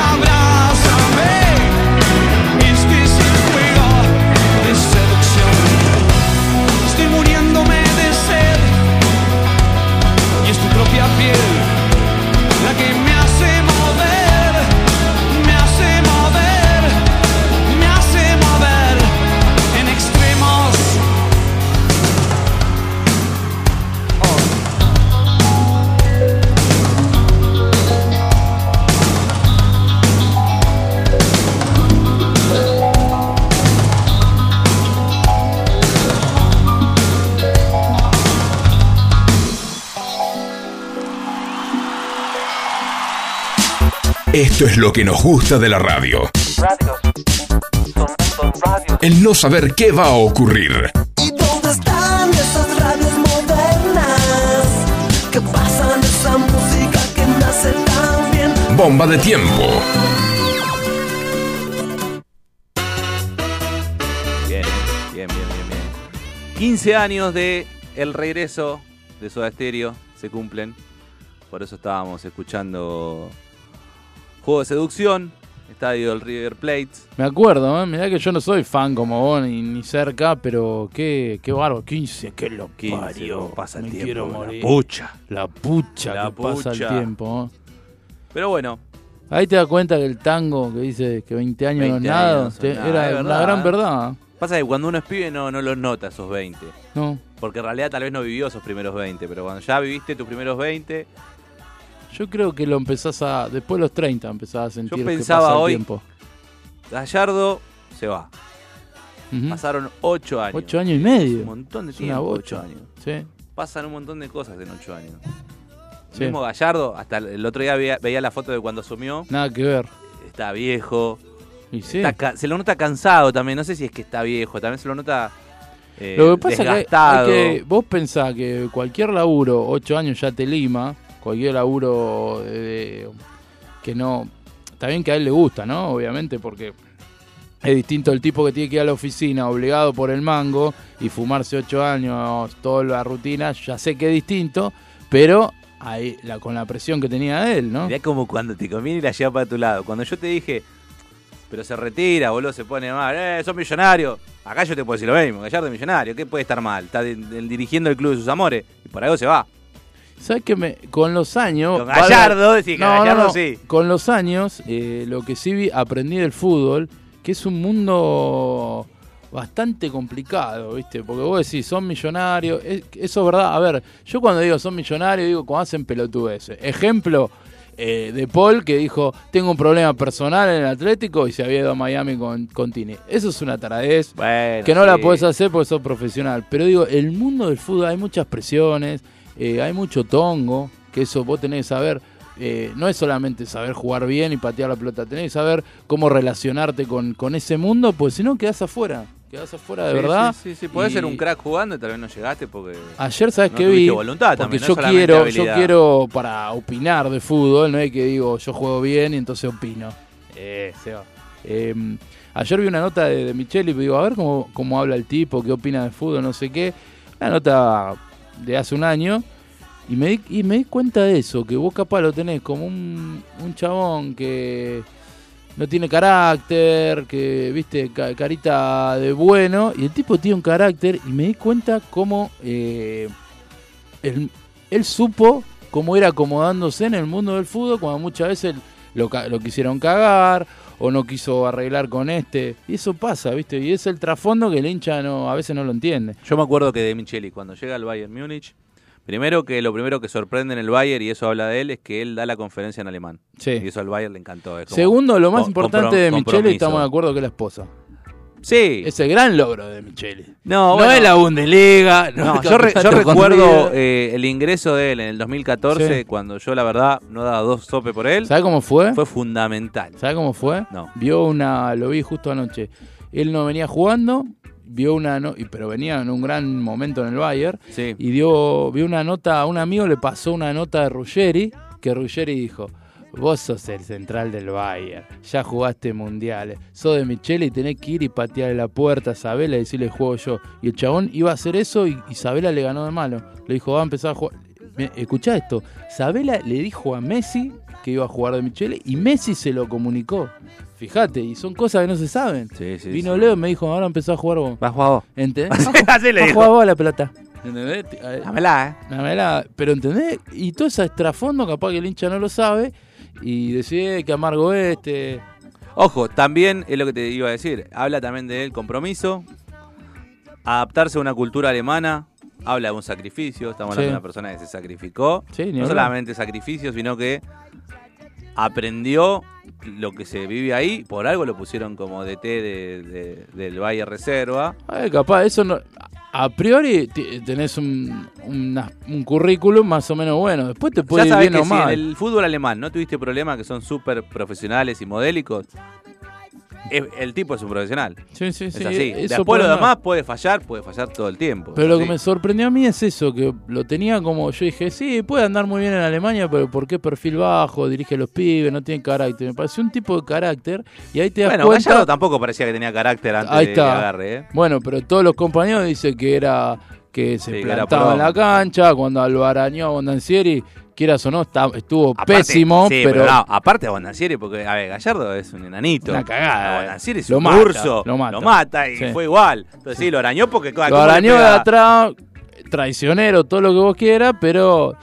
F: é
A: Esto es lo que nos gusta de la radio.
G: Radios. Sonando radios.
A: El no saber qué va a ocurrir.
B: ¿Y dónde están esas radios modernas? ¿Qué pasan esa música que me hace tan bien?
A: Bomba de tiempo.
D: Bien, bien, bien, bien, bien. 15 años de el regreso de Soda Stereo se cumplen. Por eso estábamos escuchando Juego de Seducción, Estadio del River Plate.
E: Me acuerdo, ¿eh? mirá que yo no soy fan como vos, ni, ni cerca, pero qué, qué bárbaro. 15, qué lo
D: 15,
E: parió.
D: cómo pasa el
E: Me
D: tiempo,
E: quiero
D: la
E: morir.
D: pucha.
E: La pucha
D: La
E: que pasa el
D: pucha.
E: tiempo. ¿eh?
D: Pero bueno,
E: Ahí te das cuenta que el tango que dice que 20 años no es
D: 20
E: nada,
D: años no
E: te-
D: es nada,
E: era
D: es
E: una
D: verdad,
E: gran
D: ¿eh?
E: verdad.
D: pasa que cuando uno es pibe no, no los nota esos 20.
E: No,
D: Porque en realidad tal vez no vivió esos primeros 20, pero cuando ya viviste tus primeros 20,
E: yo creo que lo empezás a. Después de los 30 empezás a sentir que
D: pensaba
E: pasa el
D: hoy-
E: tiempo.
D: Gallardo se va.
E: Ujú.
D: Pasaron 8 años.
E: 8 Mm. años y
D: Un
E: medio.
D: montón de
E: Es una
D: tiempo, 8
E: bocha.
D: años.
E: Sí.
D: Pasan un montón de cosas en 8 años. El
E: Sí.
D: mismo Gallardo, hasta el otro día veía, veía la foto de cuando asumió,
E: Nada que ver.
D: está viejo,
E: Y sí.
D: está ca- se lo nota cansado también, no sé si es que está viejo, también se lo nota eh,
E: Lo que pasa es que hay-
D: desgastado.
E: hay que vos pensás que cualquier laburo, 8 años ya te lima, cualquier laburo de- de- que no... Está bien que a él le gusta, ¿no? Obviamente, porque es distinto el tipo que tiene que ir a la oficina obligado por el mango y fumarse 8 años, toda la rutina, ya sé que es distinto, pero ahí, la, con la presión que tenía él, ¿no?
D: Mirá como cuando te conviene y la lleva para tu lado. Cuando yo te dije, pero se retira, boludo, se pone mal, eh, sos millonario. Acá yo te puedo decir lo mismo, Gallardo es millonario, ¿qué puede estar mal? Está de- de- dirigiendo el club de sus amores y por algo se va.
E: ¿Sabes que me, con los años...
D: Con Gallardo, decís, con Gallardo sí.
E: Con los años, eh, lo que sí vi- aprendí del fútbol, que es un mundo bastante complicado, ¿viste? Porque vos decís, son millonarios, es- eso es verdad. A ver, yo cuando digo son millonarios, digo cuando hacen pelotudeces. Ejemplo eh, de Paul que dijo, tengo un problema personal en el Atlético y se había ido a Miami con, con Tini. Eso es una taradez.
D: Bueno,
E: Que no la
D: sí.
E: podés hacer porque sos profesional. Pero digo, el mundo del fútbol hay muchas presiones, eh, hay mucho tongo, que eso vos tenés que saber. eh, no es solamente saber jugar bien y patear la pelota, tenés que saber cómo relacionarte con, con ese mundo, pues si no quedás afuera. Quedás afuera de
D: Sí,
E: verdad.
D: Sí, sí, sí, podés
E: Y
D: ser un crack jugando y tal vez no llegaste porque...
E: Ayer, ¿sabes
D: No
E: qué
D: tuviste
E: vi?
D: voluntad
E: Porque
D: también, no
E: yo
D: solamente
E: quiero, yo
D: habilidad.
E: quiero para opinar de fútbol, no es que digo yo juego bien y entonces opino. Eh, se va. Eh, ayer vi una nota de, de Micheli, digo, a ver cómo, cómo habla el tipo, qué opina de fútbol, no sé qué. Una nota de hace un año. Y me, di, y me di cuenta de eso, que vos capaz lo tenés como un, un chabón que no tiene carácter, que, viste, ca- carita de bueno. Y el tipo tiene un carácter y me di cuenta cómo eh, él, él supo cómo ir acomodándose en el mundo del fútbol cuando muchas veces lo, ca- lo quisieron cagar o no quiso arreglar con este. Y eso pasa, ¿viste? Y es el trasfondo que el hincha no, a veces no lo entiende.
D: Yo me acuerdo que de Micheli, cuando llega al Bayern Múnich, primero que lo primero que sorprende en el Bayern, y eso habla de él, es que él da la conferencia en alemán.
E: Sí.
D: Y eso al Bayern le encantó. es como-
E: Segundo, lo más
D: com-
E: importante
D: comprom-
E: de Michele,
D: compromiso.
E: estamos de acuerdo que es la esposa.
D: Sí.
E: Es el gran logro de Michele.
D: No,
E: No,
D: bueno,
E: es la Bundesliga. No, [laughs]
D: no,
E: es
D: yo, re- yo
E: campeonato con
D: recuerdo
E: River.
D: eh, el ingreso de él en el 2014,
E: Sí.
D: cuando yo la verdad no daba dos sope por él.
E: ¿Sabe cómo fue?
D: Fue fundamental.
E: ¿Sabe cómo fue?
D: No.
E: Vio una, lo vi justo anoche. Él no venía jugando, vio una, no- y- pero venía en un gran momento en el Bayern.
D: Sí.
E: Y dio, vio una nota, a un amigo le pasó una nota de Ruggeri, que Ruggeri dijo, vos sos el central del Bayern, ya jugaste mundiales, sos de Michele y tenés que ir y patearle la puerta a Isabela y decirle juego yo. Y el chabón iba a hacer eso y Isabela le ganó de malo. Le dijo, va a empezar a jugar. Me- Escuchá esto, Isabela le dijo a Messi que iba a jugar de Michele y Messi se lo comunicó. Fíjate, y son cosas que no se saben.
D: Sí, sí,
E: Vino
D: sí.
E: Leo y me dijo, ahora empezó a jugar vos.
D: Vas jugado.
E: ¿Entendés?
D: [laughs]
E: [laughs]
D: Así le
E: Va a
D: dijo.
E: jugar vos a la pelota. ¿Entendés? Eh,
D: Dámela, eh.
E: la verdad, pero entendés, y todo ese trasfondo capaz que el hincha no lo sabe y decide que amargo este.
D: Ojo, también es lo que te iba a decir. Habla también del compromiso, adaptarse a una cultura alemana. Habla de un sacrificio. Estamos hablando
E: Sí.
D: de una persona que se sacrificó.
E: Sí, ni
D: no
E: hablar.
D: solamente sacrificio, sino que aprendió lo que se vive ahí. Por algo lo pusieron como DT de- de- del Valle Reserva.
E: Ay, capaz, eso no. a priori ti- tenés un, una- un currículum más o menos bueno. Después te puede
D: ya
E: ir
D: sabés
E: bien
D: que
E: o
D: si en
E: mal.
D: el fútbol alemán no tuviste problemas que son súper profesionales y modélicos, es- el tipo es un profesional.
E: Sí, sí,
D: Es
E: sí,
D: así.
E: eso
D: Después lo
E: puede
D: demás puede fallar, puede fallar todo el tiempo.
E: Pero lo que
D: Sí.
E: me sorprendió a mí es eso, que lo tenía como, yo dije, sí, puede andar muy bien en Alemania, pero ¿por qué perfil bajo? Dirige a los pibes, no tiene carácter. Me pareció un tipo de carácter y ahí te das
D: Bueno,
E: cuenta...
D: Gallardo tampoco parecía que tenía carácter antes
E: Ahí
D: de
E: está.
D: que agarre, ¿eh?
E: Bueno, pero todos los compañeros dicen que era que se
D: Sí, que era
E: plantaba en
D: pro.
E: la cancha, cuando albarañó a Bondancieri, quieras o no, está- estuvo
D: Aparte-
E: pésimo,
D: sí,
E: pero...
D: no, aparte a Bondancieri, porque, a ver, Gallardo es un enanito.
E: Una cagada,
D: A
E: eh.
D: Bondancieri es
E: Lo
D: un
E: mata,
D: curso.
E: lo mata.
D: y
E: Sí.
D: fue igual. Entonces sí. lo arañó porque... ¿cómo
E: Lo
D: le
E: arañó de
D: pega?
E: atrás, traicionero, todo lo que vos quieras, pero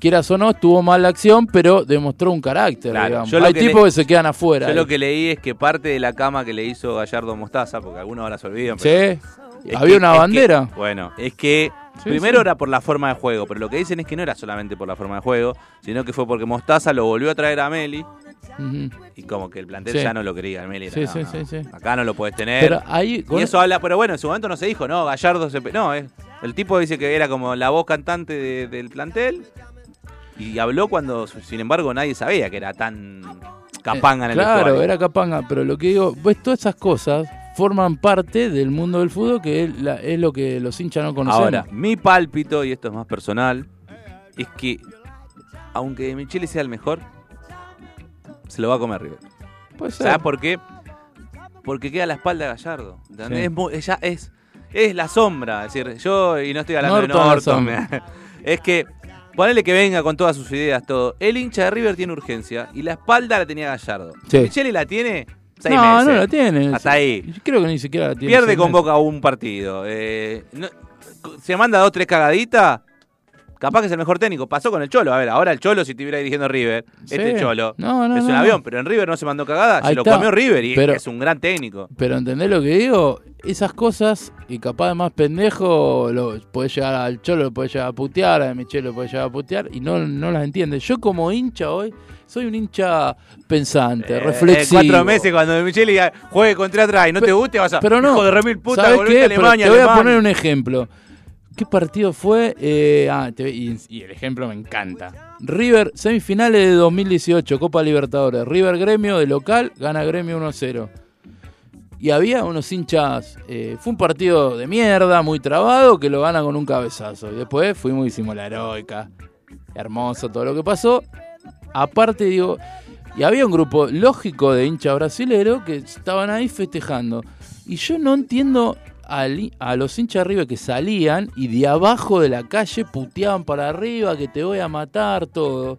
E: quieras o no, estuvo mal la acción, pero demostró un carácter,
D: Claro,
E: digamos.
D: yo lo
E: Hay
D: que
E: tipos
D: le-
E: que se quedan afuera.
D: Yo
E: ahí.
D: lo que leí es que parte de la cama que le hizo Gallardo a Mostaza, porque algunos ahora se olvidan. pero-
E: Sí,
D: es
E: había
D: que-
E: una
D: es que-
E: bandera.
D: bueno, es que
E: Sí,
D: primero
E: sí.
D: era por la forma de juego, pero lo que dicen es que no era solamente por la forma de juego, sino que fue porque Mostaza lo volvió a traer a Meli
E: Ujú.
D: y como que el plantel
E: Sí.
D: ya no lo quería. el Meli era,
E: Sí,
D: "No,
E: sí,
D: no,
E: sí, sí.
D: Acá no lo puedes tener.
E: Pero ahí, con-
D: Y eso habla, pero bueno, en su momento no se dijo, no, Gallardo se... pe- No, eh, el tipo dice que era como la voz cantante de- del plantel y habló cuando, sin embargo, nadie sabía que era tan capanga en el
E: Eh, Claro,
D: vestuario.
E: era capanga, pero lo que digo, pues todas esas cosas forman parte del mundo del fútbol que es, la- es lo que los hinchas no conocemos.
D: Ahora, mi pálpito, y esto es más personal, es que aunque Michele sea el mejor, se lo va a comer River.
E: Puede ser.
D: ¿Sabes por qué? Porque queda a la espalda de Gallardo. ¿entendés?
E: Sí.
D: Es, mu- ella es, es la sombra. Es decir, yo, y no estoy hablando
E: Norton, la
D: de Norton, [laughs] es que ponele que venga con todas sus ideas, todo. El hincha de River tiene urgencia y la espalda la tenía Gallardo.
E: Sí.
D: Michele la tiene seis
E: no,
D: meses.
E: no la tiene.
D: Hasta ahí.
E: Yo creo que ni siquiera la tiene.
D: Pierde
E: seis
D: con
E: meses.
D: Boca un partido. eh, no- se manda dos, tres cagaditas. Capaz que es el mejor técnico. Pasó con el Cholo. A ver, ahora el Cholo, si estuviera dirigiendo River,
E: Sí.
D: este Cholo
E: No, no,
D: es un
E: no,
D: avión,
E: no.
D: pero en River no se mandó cagada. Se
E: Ahí
D: lo
E: está.
D: comió River y
E: Pero-
D: es un gran técnico.
E: Pero ¿entendés lo que digo? Esas cosas, y capaz de más pendejo, lo podés llegar al Cholo, lo podés llegar a putear, a Michelle lo podés llegar a putear, y no, no las entiendes. Yo como hincha hoy, soy un hincha pensante,
D: Eh,
E: reflexivo.
D: cuatro meses cuando Micheli juegue contra atrás y no te
E: Pero-
D: guste, vas a.
E: Pero no.
D: Hijo de remil puta,
E: ¿sabés
D: volvete
E: qué?
D: a
E: Pero
D: Alemania.
E: te voy a
D: alemán.
E: poner un ejemplo. ¿Qué partido fue? Eh, ah, te- y, y el ejemplo me encanta. River, semifinales de 2018, Copa Libertadores. River Gremio de local, gana Gremio 1-0. Y había unos hinchas. eh, fue un partido de mierda, muy trabado, que lo gana con un cabezazo. Y después fuimos y hicimos la heroica. Hermoso todo lo que pasó. Aparte, digo. Y había un grupo lógico de hinchas brasileros que estaban ahí festejando. Y yo no entiendo al hi- a los hinchas arriba que salían y de abajo de la calle puteaban para arriba que te voy a matar, todo.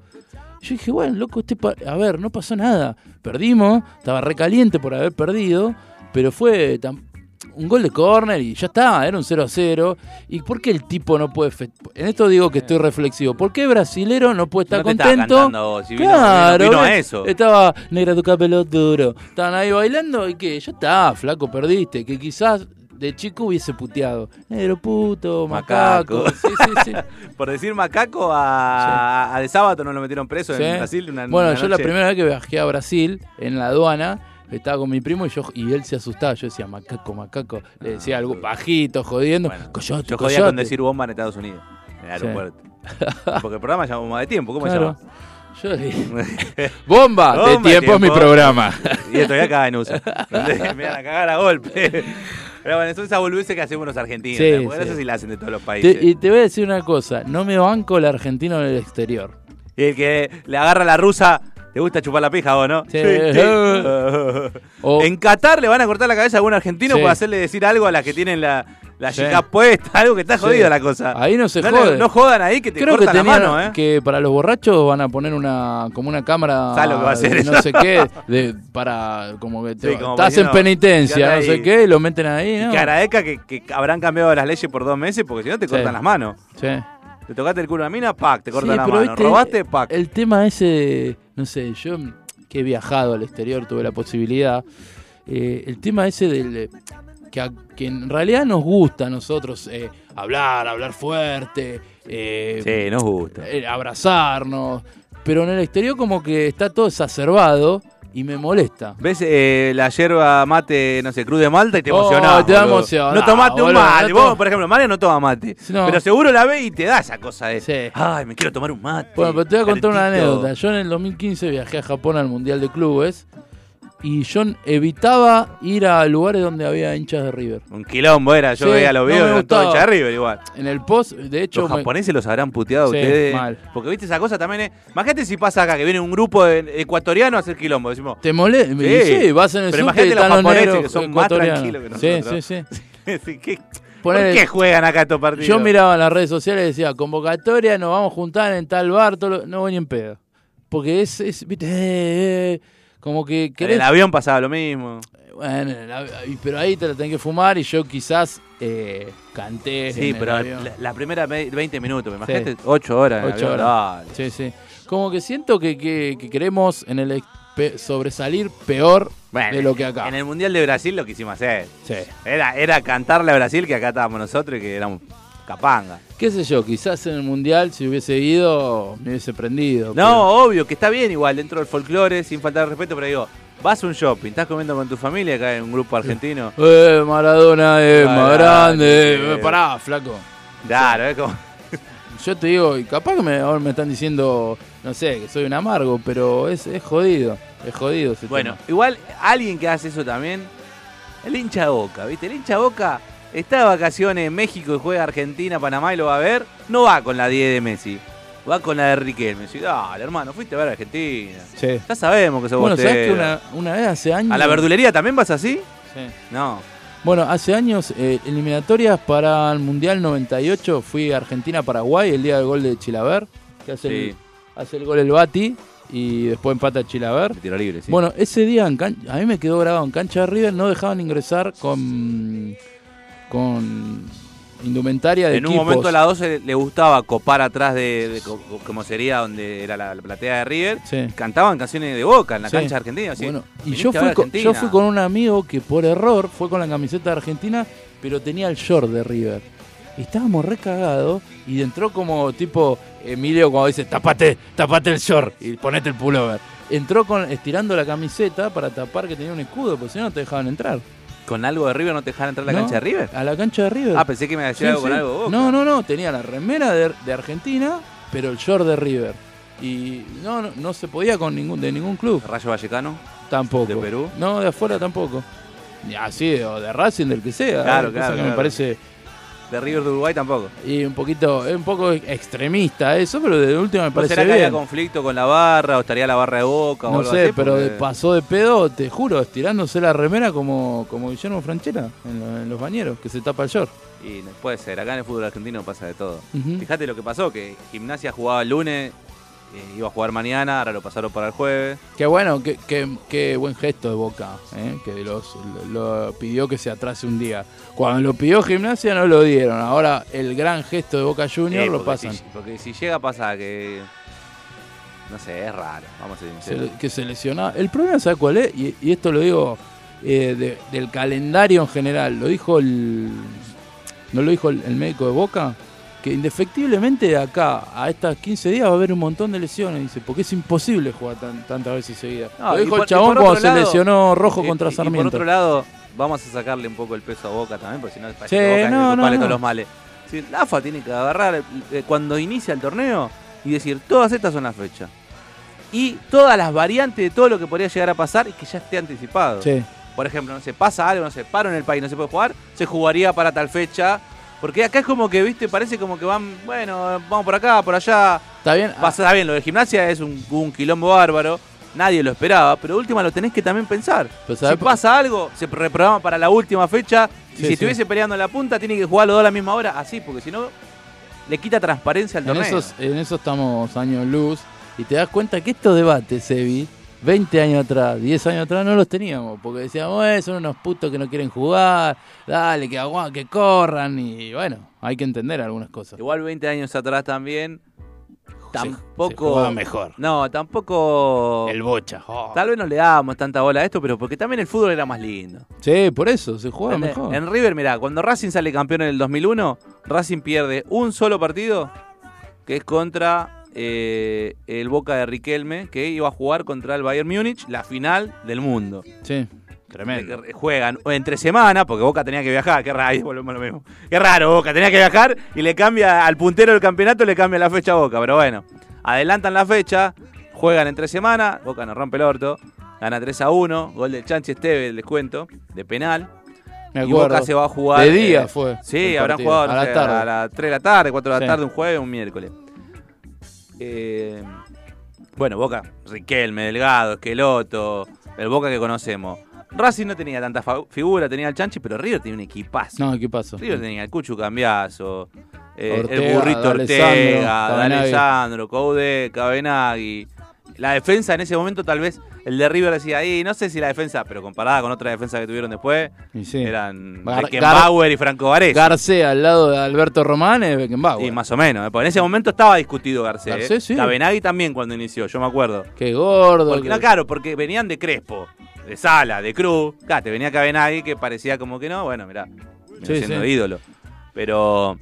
E: Yo dije, bueno, loco, este pa- a ver, no pasó nada. Perdimos, estaba recaliente por haber perdido, pero fue tan- un gol de córner y ya está, era un 0 a 0. ¿Y por qué el tipo no puede.? fe- En esto digo que estoy reflexivo. ¿Por qué brasilero no puede estar
D: Eh. No te estaba
E: contento?
D: cantando vos, si vino-
E: claro,
D: vino- vino a
E: ¿ves?
D: eso.
E: Estaba negra tu cabello duro. Estaban ahí bailando y que ya está, flaco, perdiste. Que quizás de chico hubiese puteado. Negro puto, macaco.
D: Macaco.
E: Sí, sí,
D: [laughs]
E: sí.
D: Por decir macaco a, a De Sábado no lo metieron preso
E: Sí.
D: en Brasil. una-
E: bueno,
D: una
E: yo la
D: noche.
E: primera vez que viajé a Brasil, en la aduana, estaba con mi primo y yo y él se asustaba. Yo decía, macaco, macaco. Le decía algo bajito, jodiendo.
D: Ah. Bueno,
E: coyote,
D: yo jodía
E: coyote.
D: con decir bomba en Estados Unidos, en el
E: Sí.
D: aeropuerto. Porque el programa llamamos más de tiempo, ¿cómo
E: Claro.
D: se
E: Yo dije,
D: llama? [laughs]
E: bomba, de
D: Bomba,
E: tiempo, es mi
D: tiempo. [laughs]
E: programa.
D: y esto ya caga en USA. [laughs] Me van a cagar a golpe. Pero bueno, son esas boludeces que hacemos los argentinos.
E: Sí,
D: ¿no? Porque
E: sí.
D: no sé si la hacen de todos los países.
E: Te- y te voy a decir una cosa, no me banco el argentino en el exterior.
D: Y el que le agarra a la rusa, ¿te gusta chupar la pija o no?
E: Sí. [laughs] O-
D: En Qatar le van a cortar la cabeza a algún argentino
E: Sí.
D: por hacerle decir algo a las que tienen la, la
E: Sí.
D: chica puesta, [laughs] algo que está
E: Sí.
D: jodida la cosa.
E: Ahí no se
D: le-
E: jode.
D: No jodan ahí que te
E: Creo que,
D: cortan
E: tenían-
D: la mano, ¿eh?
E: que para los borrachos van a poner una como una cámara
D: ¿Sabes lo que va a hacer
E: de no
D: eso?
E: sé qué de- para como que
D: [laughs]
E: te,
D: Sí, como
E: estás en
D: diciendo,
E: penitencia
D: quédate
E: no sé
D: ahí.
E: qué y lo meten ahí
D: Y
E: ¿no?
D: Caradeca que, que habrán cambiado las leyes por dos meses porque si no te
E: Sí.
D: cortan las manos.
E: Sí.
D: Te tocaste el culo a una mina, pac, te cortan
E: Sí,
D: la
E: pero
D: mano.
E: viste,
D: Robaste, pac.
E: El tema ese, de- no sé, yo que he viajado al exterior, tuve la posibilidad. eh, el tema ese del eh, que, a- que en realidad nos gusta a nosotros eh, hablar, hablar fuerte, eh,
D: Sí, nos gusta.
E: eh, abrazarnos, pero en el exterior como que está todo exacerbado y me molesta.
D: ¿Ves eh, la yerba mate, no sé, cruz de Malta y te
E: Oh,
D: emocionás?
E: te da
D: boludo.
E: emoción.
D: No
E: Ah,
D: tomaste un
E: boludo,
D: mate.
E: no
D: Vos,
E: tomo-
D: por ejemplo, Mario no toma mate.
E: No.
D: Pero seguro la ves y te da esa cosa de.
E: Sí.
D: Ay, me quiero tomar un mate.
E: Bueno, pero te voy a contar una
D: calentito".
E: anécdota. Yo en el 2015 viajé a Japón al Mundial de Clubes y yo evitaba ir a lugares donde había hinchas de River.
D: Un quilombo era, yo
E: Sí,
D: veía los
E: no
D: videos
E: me
D: con todo
E: gustaba.
D: hincha de River igual.
E: En el post, de hecho,
D: Los
E: me-
D: japoneses los habrán puteado
E: Sí,
D: ustedes.
E: mal.
D: Porque viste esa cosa también es. Imagínate si pasa acá que viene un grupo de ecuatoriano a hacer quilombo. Decimos,
E: te molesta. Sí, vas en el
D: Pero
E: sur
D: imagínate
E: y están
D: los
E: los
D: japoneses
E: negros
D: que son más
E: ecuatorianos.
D: tranquilos que
E: eh, Sí,
D: nosotros.
E: sí,
D: [laughs]
E: sí.
D: ¿qué- ¿por
E: Ponele-
D: qué juegan acá estos partidos?
E: Yo miraba en las redes sociales y decía, convocatoria, nos vamos a juntar en tal bar, todo lo- no voy ni en pedo. Porque es, es viste, eh, eh, como que
D: En
E: querés...
D: el avión pasaba lo mismo.
E: Bueno, en el avi- y- pero ahí te la tenés que fumar y yo quizás eh, canté.
D: Sí,
E: en el
D: pero
E: avión.
D: la, la primera ve- 20 minutos, me
E: Sí.
D: imaginaste 8 horas. en el
E: Ocho
D: avión,
E: horas.
D: dale.
E: Sí, sí. Como que siento que, que- que queremos en el ex- pe- sobresalir peor
D: Bueno,
E: de lo que acá.
D: En el Mundial de Brasil lo quisimos hacer.
E: Sí.
D: Era, era cantarle a Brasil que acá estábamos nosotros y que éramos capanga.
E: Qué sé yo, quizás en el mundial si hubiese ido me hubiese prendido. pero-
D: No, obvio, que está bien igual dentro del folclore, sin faltar de respeto, pero digo, vas a un shopping, estás comiendo con tu familia acá en un grupo argentino.
E: Eh, Maradona es más
D: Maradona,
E: grande.
D: sí.
E: eh, pará, flaco.
D: Claro, es como.
E: Yo te digo, y capaz que me, ahora me están diciendo, no sé, que soy un amargo, pero es, es jodido. Es jodido ese
D: Bueno,
E: tema.
D: igual alguien que hace eso también, el hincha de boca, ¿viste? El hincha de boca está de vacaciones en México y juega Argentina, Panamá y lo va a ver. No va con la 10 de Messi, va con la de Riquelme. Dice, dale, hermano, fuiste a ver a Argentina.
E: Sí.
D: Ya sabemos que sos
E: Bueno,
D: bostero.
E: ¿sabes que una, una vez hace años.
D: ¿A la verdulería también vas así?
E: Sí.
D: No.
E: Bueno, hace años, eh, eliminatorias para el Mundial 98, fui a Argentina-Paraguay el día del gol de Chilaver, que hace, el,
D: Sí.
E: hace el gol el Bati y después empata Chilaver.
D: De tiro libre, sí.
E: Bueno, ese día en can- a mí me quedó grabado en cancha de River, no dejaban ingresar con, con indumentaria de
D: en un
E: equipos.
D: momento a la 12 le gustaba copar atrás de, de co- co- como sería donde era la, la platea de River.
E: Sí.
D: Cantaban canciones de boca en la
E: Sí.
D: cancha argentina. así,
E: Bueno, y
D: "Viniste
E: yo
D: a
E: fui,
D: ver
E: con, yo
D: Argentina".
E: fui con un amigo que por error fue con la camiseta de Argentina, pero tenía el short de River. Y estábamos recagados y entró como tipo Emilio cuando dice, tapate, tapate el short y ponete el pullover. Entró con, estirando la camiseta para tapar que tenía un escudo, porque si no no te dejaban entrar.
D: ¿Con algo de River no te dejaban entrar a la
E: ¿No?
D: cancha de River?
E: A la cancha de River.
D: Ah, pensé que me
E: Sí,
D: decía algo
E: sí.
D: con algo de boca.
E: No, no, no, tenía la remera de, de Argentina, pero el short de River. Y no, no, no se podía con ningún, de ningún club.
D: Rayo Vallecano.
E: Tampoco.
D: ¿De Perú?
E: No, de afuera tampoco. Ni Así, o de Racing, del que sea.
D: Claro,
E: Cosa
D: claro,
E: que
D: claro.
E: me parece
D: De River de Uruguay tampoco.
E: y un poquito, es un poco extremista eso, pero de última me
D: ¿No
E: parece
D: será que había
E: bien.
D: conflicto con la barra o estaría la barra de boca? o
E: No
D: algo
E: sé,
D: así?
E: pero
D: Porque-
E: de- pasó de pedo, te juro, estirándose la remera como, como Guillermo Franchella en, lo- en los bañeros, que se tapa el short.
D: Y no puede ser, acá en el fútbol argentino pasa de todo.
E: Ujú.
D: Fíjate lo que pasó, que Gimnasia jugaba el lunes, eh, iba a jugar mañana, ahora lo pasaron para el jueves.
E: Qué bueno, qué, qué- qué buen gesto de Boca, ¿eh? que los, lo, lo pidió que se atrase un día. Cuando lo pidió Gimnasia no lo dieron, ahora el gran gesto de Boca Junior
D: Eh,
E: lo
D: porque
E: pasan.
D: Si, porque si llega pasa que... No sé, es raro, vamos a ser
E: se-
D: sinceros.
E: que se lesionaba. El problema, ¿sabes cuál es? Y, y esto lo digo eh, de- del calendario en general. Lo dijo el. ¿No lo dijo el, el médico de Boca? Que indefectiblemente de acá a estas 15 días va a haber un montón de lesiones. Dice, porque es imposible jugar tan- tantas veces seguidas.
D: No,
E: lo
D: y
E: dijo
D: por-
E: el
D: y
E: chabón
D: por
E: cuando
D: otro
E: se
D: lado- eh,
E: lesionó rojo
D: Y-
E: contra
D: y- Y por
E: Sarmiento.
D: otro lado, vamos a sacarle un poco el peso a Boca también, porque si no parece
E: Sí,
D: que Boca es
E: no,
D: el culpable
E: no,
D: de todos
E: no.
D: los males. Sí, la AFA tiene que agarrar eh, cuando inicia el torneo y decir, todas estas son las fechas. Y todas las variantes de todo lo que podría llegar a pasar y que ya esté anticipado.
E: Sí.
D: Por ejemplo, no se pasa algo, no se paro en el país, no se puede jugar, se jugaría para tal fecha. Porque acá es como que, viste, parece como que van, bueno, vamos por acá, por allá.
E: Está bien. ah,
D: Va Ah. a estar bien, lo de gimnasia es un, un quilombo bárbaro. Nadie lo esperaba, pero de última lo tenés que también pensar.
E: Pero
D: si
E: ¿sabés por-
D: pasa algo, se reprograma para la última fecha. Y
E: Sí,
D: si
E: sí.
D: estuviese peleando en la punta, tiene que jugar los dos a la misma hora. Así, porque si no, le quita transparencia al
E: En
D: torneo.
E: esos, en eso estamos años luz y te das cuenta que estos debates, Evi, 20 años atrás, 10 años atrás no los teníamos, porque decíamos, eh, son unos putos que no quieren jugar, dale, que aguan, que corran, y bueno, hay que entender algunas cosas.
D: Igual 20 años atrás también.
E: se
D: Tampoco.
E: jugaba mejor.
D: No, tampoco.
E: El bocha. oh.
D: Tal vez no le dábamos tanta bola a esto, pero porque también el fútbol era más lindo.
E: Sí, por eso, se jugaba
D: en, eh,
E: mejor.
D: en River, mirá, cuando Racing sale campeón en el 2001, Racing pierde un solo partido, que es contra eh, el Boca de Riquelme, que iba a jugar contra el Bayern Múnich, la final del mundo.
E: Sí.
D: Eh, Juegan entre semana, porque Boca tenía que viajar, qué raro, [laughs] ahí volvemos a lo mismo. Qué raro, Boca tenía que viajar y le cambia al puntero del campeonato, le cambia la fecha a Boca, pero bueno. Adelantan la fecha, juegan entre semana, Boca nos rompe el orto, gana 3 a 1, gol del Chanchi Esteve, les cuento, de penal.
E: Me
D: Y
E: acuerdo.
D: Boca se va a jugar.
E: De
D: eh,
E: día fue.
D: Sí,
E: el
D: habrán
E: partido.
D: jugado no
E: a
D: sé,
E: la tarde.
D: a las 3 de la tarde, 4 de la
E: Sí.
D: tarde, un jueves, un miércoles. Eh, bueno, Boca, Riquelme, Delgado, Esqueloto, el Boca que conocemos. Racing no tenía tanta fa- figura, tenía el Chanchi, pero River tenía un equipazo.
E: No, ¿qué pasó?
D: River tenía el Cuchu Cambiazo, eh, el
E: Ortega,
D: Burrito
E: D'Alessandro,
D: Ortega,
E: Cabenaghi.
D: D'Alessandro, Coude, Cabenagui. La defensa en ese momento, tal vez, el de River decía ahí, no sé si la defensa, pero comparada con otra defensa que tuvieron después,
E: Y sí.
D: eran
E: Gar-
D: Beckenbauer y Franco Varese.
E: García al lado de Alberto Román es Beckenbauer.
D: Sí, más o menos. eh, porque en ese momento estaba discutido Garcés. eh.
E: Garcés, sí.
D: Cabenagui también cuando inició, yo me acuerdo.
E: Qué gordo.
D: Porque,
E: que-
D: no, claro, porque venían de Crespo, de Sala, de Cruz. Claro, te venía Cabenagui que parecía como que no. Bueno, mirá, vino
E: Sí,
D: siendo
E: sí.
D: ídolo. Pero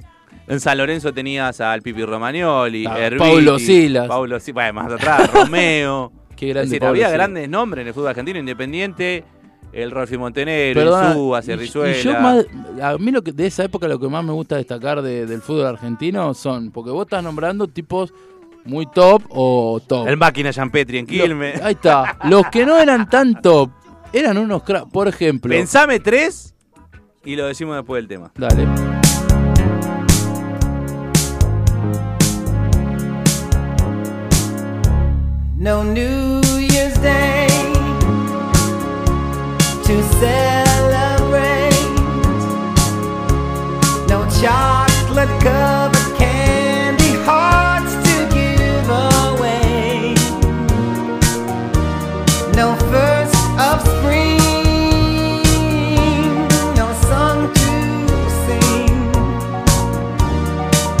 D: en San Lorenzo tenías al Pipi Romagnoli,
E: Ah,
D: Herbiti,
E: Paulo Silas.
D: Paulo Silas, bueno, más atrás, [laughs] Romeo.
E: Qué
D: Es
E: grande
D: decir,
E: Pablo
D: había
E: Silva.
D: grandes nombres en el fútbol argentino, Independiente, el Rolfi Montenegro,
E: Perdona,
D: el Subas,
E: y-
D: el
E: y
D: Rizuela.
E: yo más- a mí lo que, de esa época lo que más me gusta destacar de- del fútbol argentino son, porque vos estás nombrando tipos muy top o top.
D: Oh. El máquina Gianpetri en
E: Lo-
D: Quilmes.
E: ahí está. Los que no eran tan top eran unos cra- Por ejemplo.
D: Pensame tres y lo decimos después del tema.
E: Dale.
H: No New Year's Day to celebrate. No chocolate covered candy hearts to give away. No first of spring. No song to sing.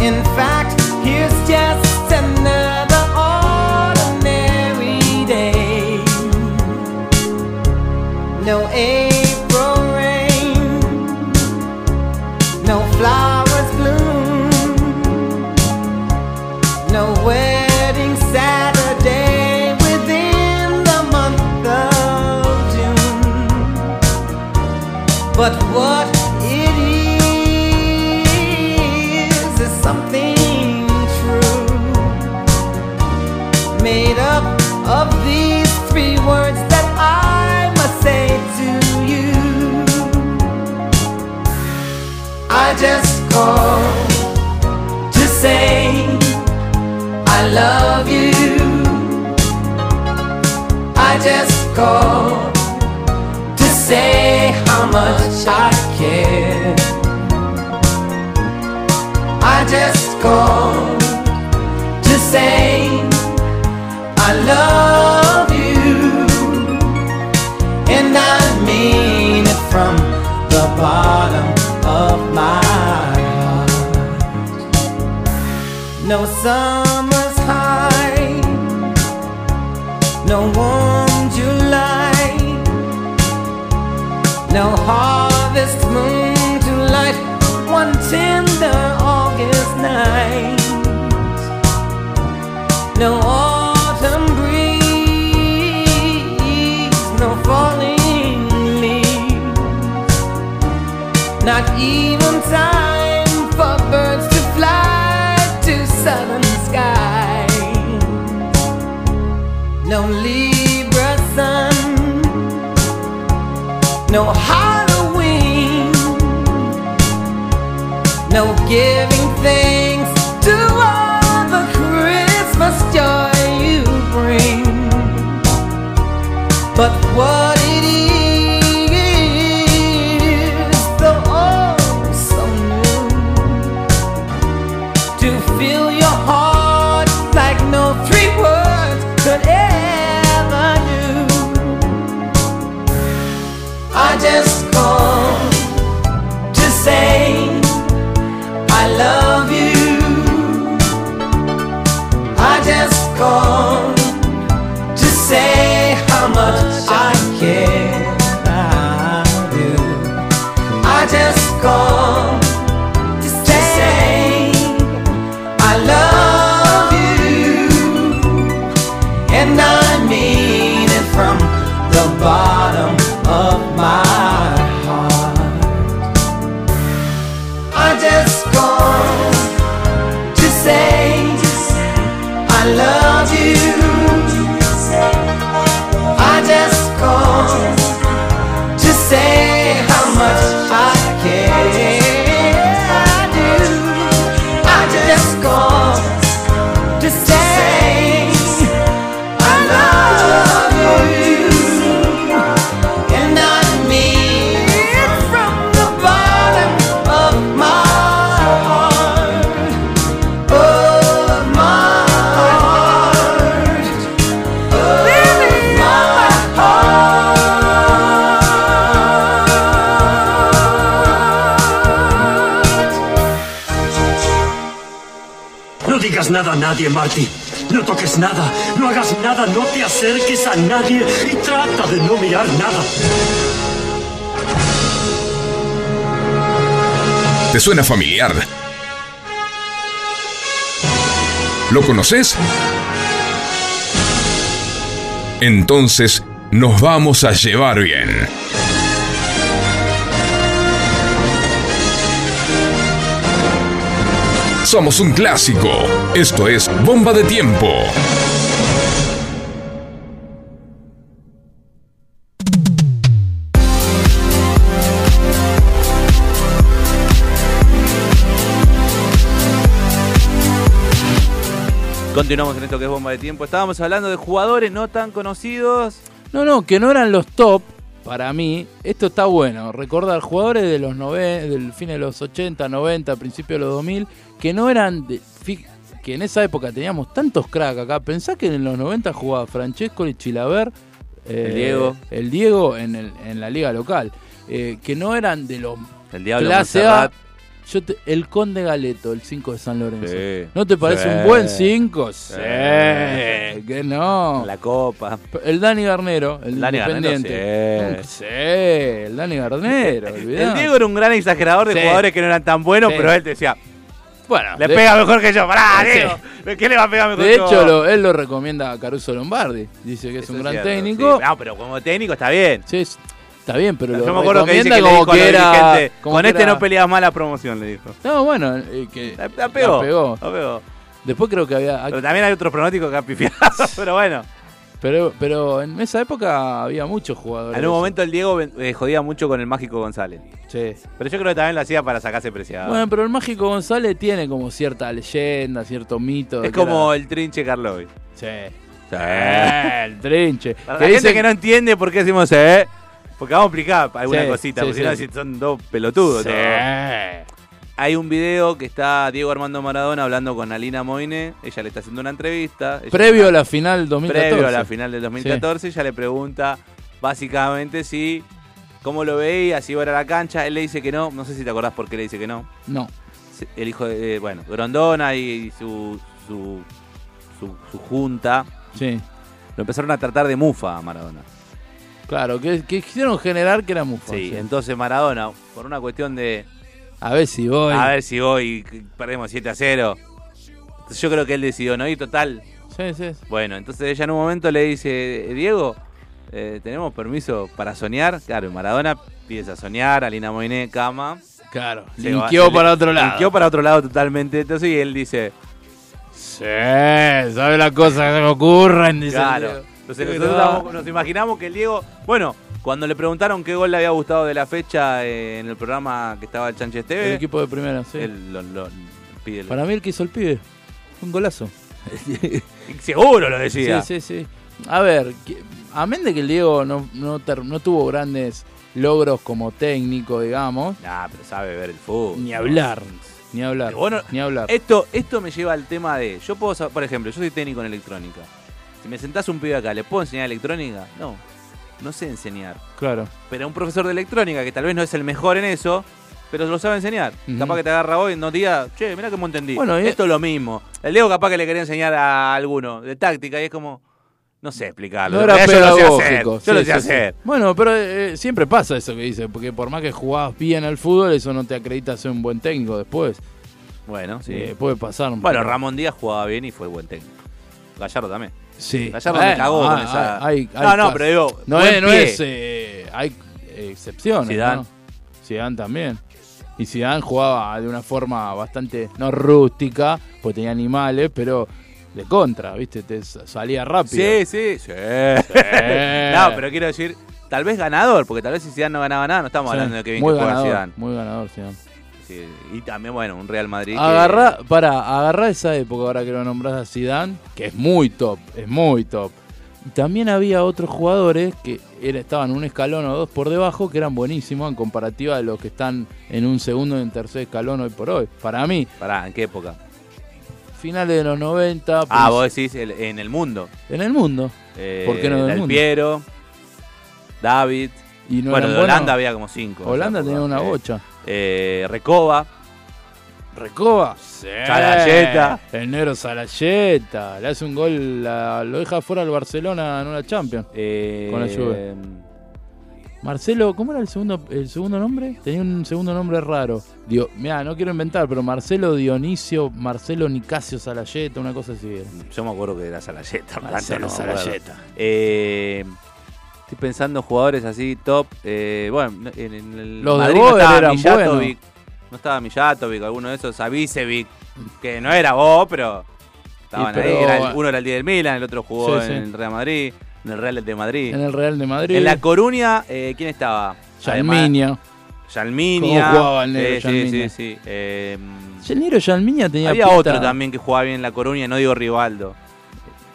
H: In fact, here's just another ordinary day. No April rain, no flowers bloom, no wedding Saturday within the month of June. But what it is is something true made up of these three words that I must say to you. I just called to say I love you. I just called to say how much I care. I just called to say I love you, and I mean it from the bottom of my heart. No summer's high, no warm July. No harvest moon to light one tender August night. No autumn breeze, no falling leaves. Not even time for birds to fly to southern sky. No Libra sun no Halloween, no giving thanks to all the Christmas joy you bring. But what it is, though oh so new, to fill your heart like no three words could ever do. I just called to say I love you. I just called to say how much I care about you. I just called to say I love you.
B: No digas nada a nadie, Marty. No toques nada, no hagas nada, no te acerques a nadie y trata de no mirar nada.
A: ¿Te suena familiar? ¿Lo conoces? Entonces nos vamos a llevar bien. Somos un clásico. Esto es Bomba de Tiempo.
D: Continuamos en esto que es bomba de tiempo. Estábamos hablando de jugadores no tan conocidos.
E: No, no, que no eran los top. Para mí, esto está bueno. Recordar jugadores de los nove- del fin de los 80, 90, principio de los 2000, que no eran. de- fi- que en esa época teníamos tantos cracks acá. Pensá que en los 90 jugaba Francesco y Chilaver. eh,
D: El Diego.
E: El Diego en, el- en la liga local. Eh, que no eran de los
D: El Diablo
E: clase A.
D: Montserrat.
E: Yo te- el Conde Galeto, el 5 de San Lorenzo.
D: Sí.
E: ¿No te parece
D: Sí.
E: un buen 5? Sí.
D: Sí.
E: Que no.
D: La Copa.
E: El Dani Garnero, el
D: Dani Garnero,
E: independiente.
D: sí.
E: Mm, sí, el
D: [laughs]
E: Dani Garnero, olvidá.
D: El Diego era un gran exagerador de
E: Sí.
D: jugadores que no eran tan buenos,
E: Sí.
D: pero él decía,
E: Bueno,
D: le
E: de,
D: pega mejor que yo. Pará,
E: Sí.
D: Diego. ¿Qué le va a pegar mejor
E: de
D: que yo?
E: hecho, lo- él lo recomienda a Caruso Lombardi. Dice que es
D: Eso
E: un gran
D: cierto,
E: técnico.
D: sí. No, pero como técnico está bien.
E: Sí, es- está bien, pero lo
D: Yo me acuerdo que dice
E: recomienda
D: que le
E: como
D: dijo a
E: que
D: los
E: era.
D: dirigentes,
E: como
D: con
E: que
D: este
E: era-
D: no peleas más la promoción, le dijo.
E: No, bueno, eh, que
D: La, la pegó,
E: la pegó.
D: la pegó.
E: Después creo que había.
D: Pero también hay otros pronósticos que han pifiado, [laughs] pero bueno.
E: Pero, pero en esa época había muchos jugadores.
D: En un momento el Diego eh, jodía mucho con el Mágico González.
E: Sí.
D: Pero yo creo que también lo hacía para sacarse preciado.
E: Bueno, pero el Mágico González tiene como cierta leyenda, cierto mito. de
D: es
E: que era-
D: como el trinche Carlovi.
E: Sí.
D: Para
E: Eh, el trinche.
D: la
E: Que
D: gente
E: dicen-
D: que no entiende por qué decimos eh, porque vamos a explicar alguna
E: Sí,
D: cosita,
E: sí,
D: porque si
E: sí.
D: no si son dos pelotudos.
E: Sí.
D: todos. Hay un video que está Diego Armando Maradona hablando con Alina Moine, ella le está haciendo una entrevista. Ella-
E: Previo a la final 2014.
D: previo a la final del 2014, ella le pregunta básicamente si cómo lo veía, si iba a ir a la cancha, él le dice que no, no sé si te acordás por qué le dice que no.
E: No.
D: Se- El hijo de, eh, bueno, Grondona y su, su, su, su junta
E: Sí.
D: lo empezaron a tratar de mufa a Maradona.
E: Claro, que, que quisieron generar que era Mufa.
D: Sí,
E: sí.
D: entonces Maradona, por una cuestión de
E: A ver si voy.
D: a ver si hoy perdemos 7 a 0. Entonces yo creo que él decidió no ir total.
E: Sí, sí, sí.
D: Bueno, entonces ella en un momento le dice, Diego, eh, ¿tenemos permiso para soñar? Claro, y Maradona empieza a soñar, Alina Moiné, cama.
E: Claro.
D: Se
E: linkeó
D: va-
E: para
D: le-
E: otro lado.
D: Linkeó para otro lado totalmente. Entonces, y él dice,
E: Sí, sabe la cosa que se me ocurren. Dice
D: claro. Entonces nosotros estábamos- nos imaginamos que el Diego, bueno, cuando le preguntaron qué gol le había gustado de la fecha eh, en el programa que estaba el Chanches
E: El
D: TV,
E: equipo de primera, sí.
D: él lo, lo- pide el-
E: Para mí el que hizo el pibe. Fue Un golazo.
D: Y Seguro lo decía.
E: Sí, sí, sí. A ver, que- amén de que el Diego no, no, ter- no tuvo grandes logros como técnico, digamos.
D: Nah, pero sabe ver el fútbol.
E: Ni hablar. Ni hablar.
D: Pero bueno,
E: ni hablar.
D: Esto, esto me lleva al tema de. Yo puedo, sa- por ejemplo, yo soy técnico en electrónica. Si me sentás un pibe acá, ¿le puedo enseñar electrónica? No, no sé enseñar.
E: Claro.
D: Pero a un profesor de electrónica, que tal vez no es el mejor en eso, pero lo sabe enseñar.
E: Ujú.
D: Capaz que te agarra hoy y no te diga, che, mirá que me entendí.
E: Bueno, y-
D: esto es lo mismo. El Diego capaz que le quería enseñar a alguno de táctica y es como. No sé explicarlo.
E: No
D: En
E: era
D: realidad yo lo sé hacer.
E: pedagógico.
D: Yo lo
E: Sí,
D: sé
E: sí, sí.
D: hacer.
E: Bueno, pero eh, siempre pasa eso que dice, porque por más que jugás bien al fútbol, eso no te acredita ser un buen técnico después.
D: Bueno, sí.
E: Eh, puede pasar.
D: Bueno, Ramón Díaz jugaba bien y fue buen técnico. Gallardo también.
E: Sí.
D: Gallardo
E: Bueno,
D: me cagó
E: ah,
D: con esa.
E: ah, hay-
D: no,
E: hay
D: no,
E: casos.
D: pero digo.
E: No
D: buen
E: es, no
D: pie.
E: es, eh, hay excepciones.
D: Zidane.
E: ¿no? Zidane también. Y Zidane jugaba de una forma bastante, no rústica, porque tenía animales, pero de contra, ¿viste? Te s- salía rápido. Eh.
D: Sí, sí, sí. [laughs] no, pero quiero decir, tal vez ganador, porque tal vez si Zidane no ganaba nada, no estamos hablando de que bien que
E: muy
D: juega
E: ganador,
D: Zidane.
E: Muy ganador, Zidane.
D: Sí, Y también, bueno, un Real Madrid. que-
E: Agarrá, para, agarrá esa época ahora que lo nombras a Zidane, que es muy top, es muy top. Y también había otros jugadores que era- estaban un escalón o dos por debajo que eran buenísimos en comparativa de los que están en un segundo y en tercer escalón hoy por hoy. Para mí,
D: Pará, ¿en qué época?
E: finales de los 90,
D: Ah,
E: pues,
D: vos decís el- en el mundo.
E: en el mundo.
D: Eh,
E: ¿Por qué no del
D: Del
E: mundo?
D: Piero, David.
E: Y no
D: bueno,
E: eran
D: de Holanda
E: buenos.
D: había como cinco.
E: Holanda
D: o sea,
E: tenía una
D: eh,
E: bocha.
D: eh, Recoba.
E: ¿Recoba? Sí.
D: Salayeta.
E: El negro Salayeta. Le hace un gol, la- lo deja fuera al Barcelona en una Champions.
D: Eh,
E: Con la Juve. Marcelo, ¿cómo era el segundo, el segundo nombre? Tenía un segundo nombre raro. Digo, mira, no quiero inventar, pero Marcelo Dionisio, Marcelo Nicasio Salayeta, una cosa así. era.
D: Yo me acuerdo que era Salayeta.
E: Marcelo
D: tanto no me acuerdo.
E: Salayeta.
D: Eh, estoy pensando jugadores así, top. eh, bueno, no- en, en el
E: Los de
D: Madrid no
E: Boer
D: estaba
E: eran
D: Mijatovic. No estaba Mijatovic, alguno de esos. Savicevic, que no era vos, pero estaban
E: Y pero-
D: ahí. Era el- uno era el 10 del Milan, el otro jugó
E: Sí,
D: en
E: sí.
D: el Real Madrid, en el Real de Madrid.
E: En el Real de Madrid.
D: En La Coruña, eh, ¿quién estaba? Además,
E: Yalminia.
D: Yalminia.
E: ¿Cómo jugaba el negro
D: Eh, sí,
E: Yalminia?
D: sí, sí. Eh,
E: El negro Yalminia tenía
D: había
E: pinta-
D: otro también que jugaba bien en La Coruña, no digo Rivaldo.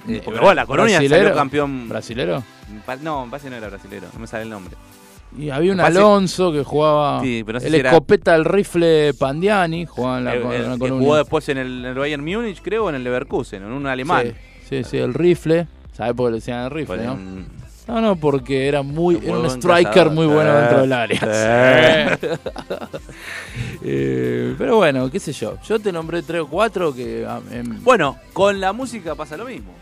D: Eh,
E: Eh,
D: porque bueno, La Coruña
E: brasilero.
D: salió campeón.
E: ¿Brasilero?
D: Pa- No, me parece que no era brasilero, no me sale el nombre.
E: Y había un
D: Me parece-
E: Alonso que jugaba.
D: Sí, pero no sé
E: el
D: si era-
E: escopeta del rifle Pandiani jugaba en la,
D: Eh,
E: co- en
D: eh,
E: la
D: que
E: columna.
D: jugó después en el, en el Bayern Múnich, creo, o en el Leverkusen, en un alemán.
E: Sí, sí, sí, el rifle. ¿Sabes por qué le decían el
D: Fue
E: rifle, no?
D: Pues un-
E: No, no, porque era muy,
D: Muy
E: era un
D: buen
E: striker
D: cazador.
E: muy bueno
D: Eh,
E: dentro del área. Eh, pero bueno, qué sé yo. Yo te nombré tres o cuatro que. ah, em,
D: Bueno, con la música pasa lo mismo.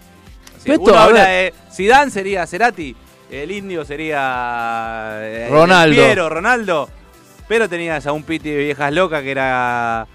D: Si
E: Pero
D: uno
E: esto, a
D: habla
E: ver.
D: de Zidane sería Cerati, el indio sería eh,
E: Ronaldo.
D: Piero, Ronaldo, pero tenías a un piti de viejas locas que era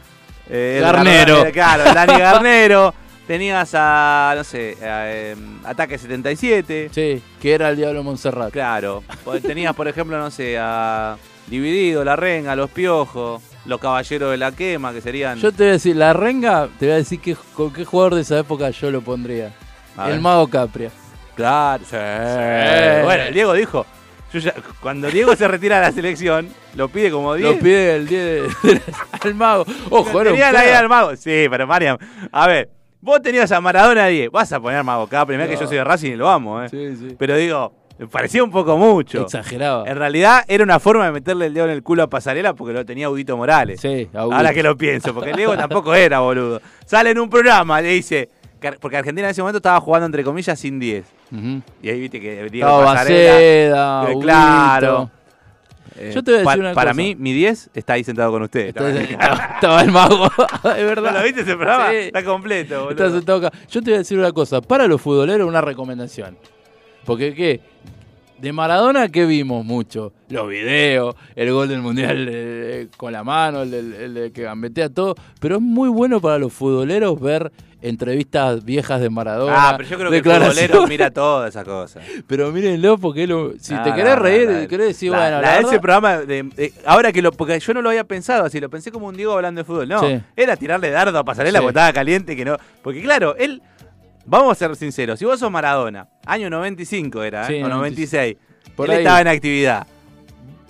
D: eh, Edgar-
E: Garnero.
D: eh, claro,
E: [laughs]
D: Dani Garnero. Tenías a, no sé, a, eh, Ataque 77.
E: sí, que era el Diablo Montserrat.
D: Claro. Porque Tenías, por ejemplo, no sé, a Dividido, La Renga, Los Piojos, Los Caballeros de la Quema, que serían...
E: Yo te voy a decir, la renga, te voy a decir que, con qué jugador de esa época yo lo pondría.
D: A
E: el
D: ver.
E: mago Capria.
D: Claro, sí. Bueno, el Diego dijo. yo ya- cuando Diego se retira de la selección, lo pide como 10.
E: Lo pide el 10 de- [laughs] al mago. Ojo, era un
D: Tenía la
E: crack.
D: idea del mago. Sí, pero Mariam, a ver, vos tenías a Maradona 10. Vas a poner mago acá. Primero que yo soy de Racing y lo amo, ¿eh?
E: Sí, sí.
D: Pero digo, me parecía un poco mucho.
E: Exageraba.
D: En realidad era una forma de meterle el dedo en el culo a Pasarela porque lo tenía Udito Morales.
E: Sí, Augusto.
D: Ahora que lo pienso, porque el Diego tampoco era, boludo. Sale en un programa, le dice. que Ar- Porque Argentina en ese momento estaba jugando, entre comillas, sin 10.
E: Ujú.
D: Y ahí viste que Diego
E: Estaba
D: Pasarela.
E: Baceda,
D: Eh,
E: Augusto.
D: claro. Eh,
E: Yo te voy a
D: pa-
E: decir una
D: Para
E: cosa.
D: mí, mi 10 está ahí sentado con ustedes.
E: Entonces, estaba, estaba el mago. es
D: [laughs] ¿No
E: verdad.
D: lo viste ese programa?
E: Sí.
D: Está completo,
E: Está
D: boludo.
E: sentado acá. Yo te voy a decir una cosa. Para los futboleros, una recomendación. Porque, ¿qué? De Maradona, ¿qué vimos mucho? Los videos, el gol del Mundial eh, con la mano, el, del- el de que gambetea todo. Pero es muy bueno para los futboleros ver entrevistas viejas de Maradona.
D: Ah, pero yo creo que el
E: declaraciones.
D: futbolero mira todas esas cosas.
E: [laughs] Pero mírenlo porque lo- si
D: No,
E: te
D: no,
E: querés
D: no,
E: reír,
D: no,
E: querés decir,
D: la-
E: bueno,
D: la de
E: la
D: ese
E: verdad-
D: programa de, de- ahora que lo porque yo no lo había pensado así, lo pensé como un Diego hablando de fútbol, no,
E: Sí.
D: era tirarle dardo a Pasarela
E: Sí.
D: porque estaba caliente que no, porque claro, él vamos a ser sinceros, si vos sos Maradona, año 95 era, ¿eh?
E: Sí,
D: o 96,
E: 96. Por
D: él
E: ahí.
D: estaba en actividad.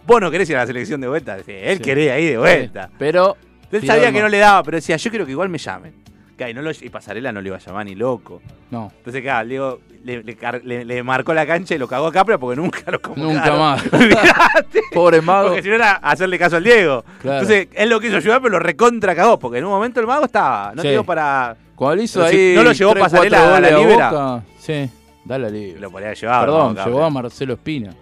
D: Vos no querés ir a la selección de vuelta, sí, él
E: Sí.
D: quería ir de vuelta.
E: Pero.
D: Él
E: tiró
D: sabía
E: el
D: que no
E: ma-
D: le daba, pero decía, yo creo que igual me llamen. Claro, Y, no lo- y Pasarela no le iba a llamar ni loco.
E: No,
D: Entonces, claro, Diego le, le car- le- le marcó la cancha y lo cagó a Capra porque nunca lo convocaron.
E: Nunca más.
D: Olvidate.
E: pobre mago.
D: [laughs] Porque si no era hacerle caso al Diego.
E: Claro.
D: Entonces, él lo quiso ayudar, pero lo recontra cagó. Porque en un momento el mago estaba. No
E: Sí.
D: te digo para.
E: Cuando le hizo
D: Pero si
E: ahí.
D: no lo llevó
E: tres,
D: Pasarela
E: cuatro
D: a la
E: goles
D: libera.
E: Boca, sí, da la libra.
D: Lo podría llevar.
E: Perdón,
D: ¿no?
E: llevó a Marcelo Espina.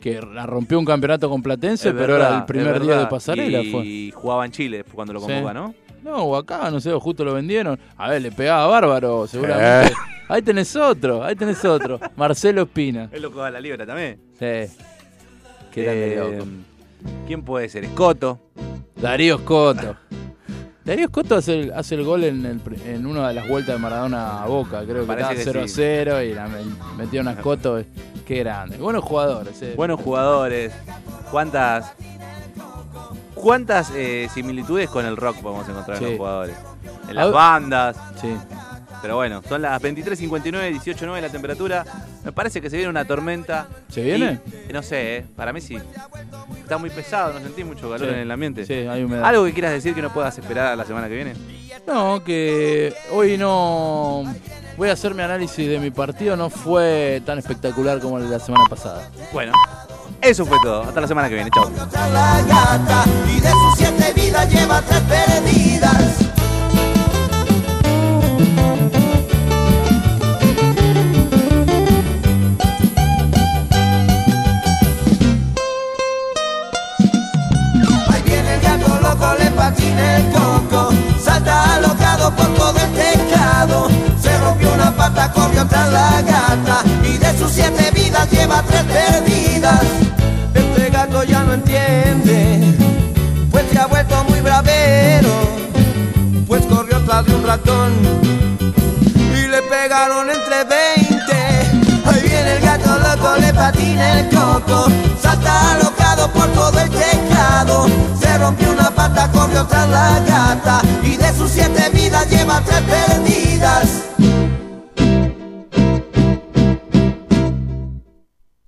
E: Que la rompió un campeonato con Platense,
D: Es
E: pero
D: verdad,
E: era el primer
D: es
E: día de
D: verdad.
E: pasarela.
D: Y
E: Fue.
D: jugaba en Chile después cuando lo
E: Sí.
D: convoca, ¿no?
E: No, o acá, no sé, o justo lo vendieron. A ver, le pegaba bárbaro,
D: Eh.
E: seguramente. Ahí tenés otro, ahí tenés otro. Marcelo Espina.
D: Él lo jugaba a la libra también.
E: Sí. Qué grande,
D: Eh,
E: loco.
D: ¿Quién puede ser? Escoto.
E: Darío Scotto. Darío Scotto hace el, hace el gol en, el pri- en una de las vueltas de Maradona a Boca, creo que
D: Parece
E: estaba
D: que
E: 0 a
D: sí.
E: 0 y la me- metieron a Scotto. Qué grande. Buenos jugadores. eh.
D: Buenos jugadores. ¿Cuántas. ¿Cuántas eh, similitudes con el rock podemos encontrar en
E: Sí.
D: los jugadores? En
E: A
D: las
E: ver-
D: bandas.
E: Sí.
D: Pero bueno, son las 23.59, 18.9 la temperatura. Me parece que se viene una tormenta.
E: ¿Se viene?
D: Y- no sé, ¿eh? para mí sí. Está muy pesado, no sentí mucho calor
E: Sí.
D: en el ambiente.
E: Sí, hay humedad.
D: ¿Algo que quieras decir que no puedas esperar a la semana que viene?
E: No, que hoy no. Voy a hacer mi análisis de mi partido, no fue tan espectacular como el de la semana pasada.
D: Bueno, eso fue todo. Hasta la semana que viene. Chao.
B: la gata y de sus siete vidas lleva tres perdidas. Ahí viene el gato loco, le patina el coco, a la gata y de sus siete vidas lleva tres perdidas. Este gato ya no entiende, pues se ha vuelto muy bravero, pues corrió tras de un ratón y le pegaron entre 20. Ahí viene el gato loco, le patina el coco, salta alocado por todo el teclado. Se rompió una pata, corrió tras la gata y de sus siete vidas lleva tres perdidas.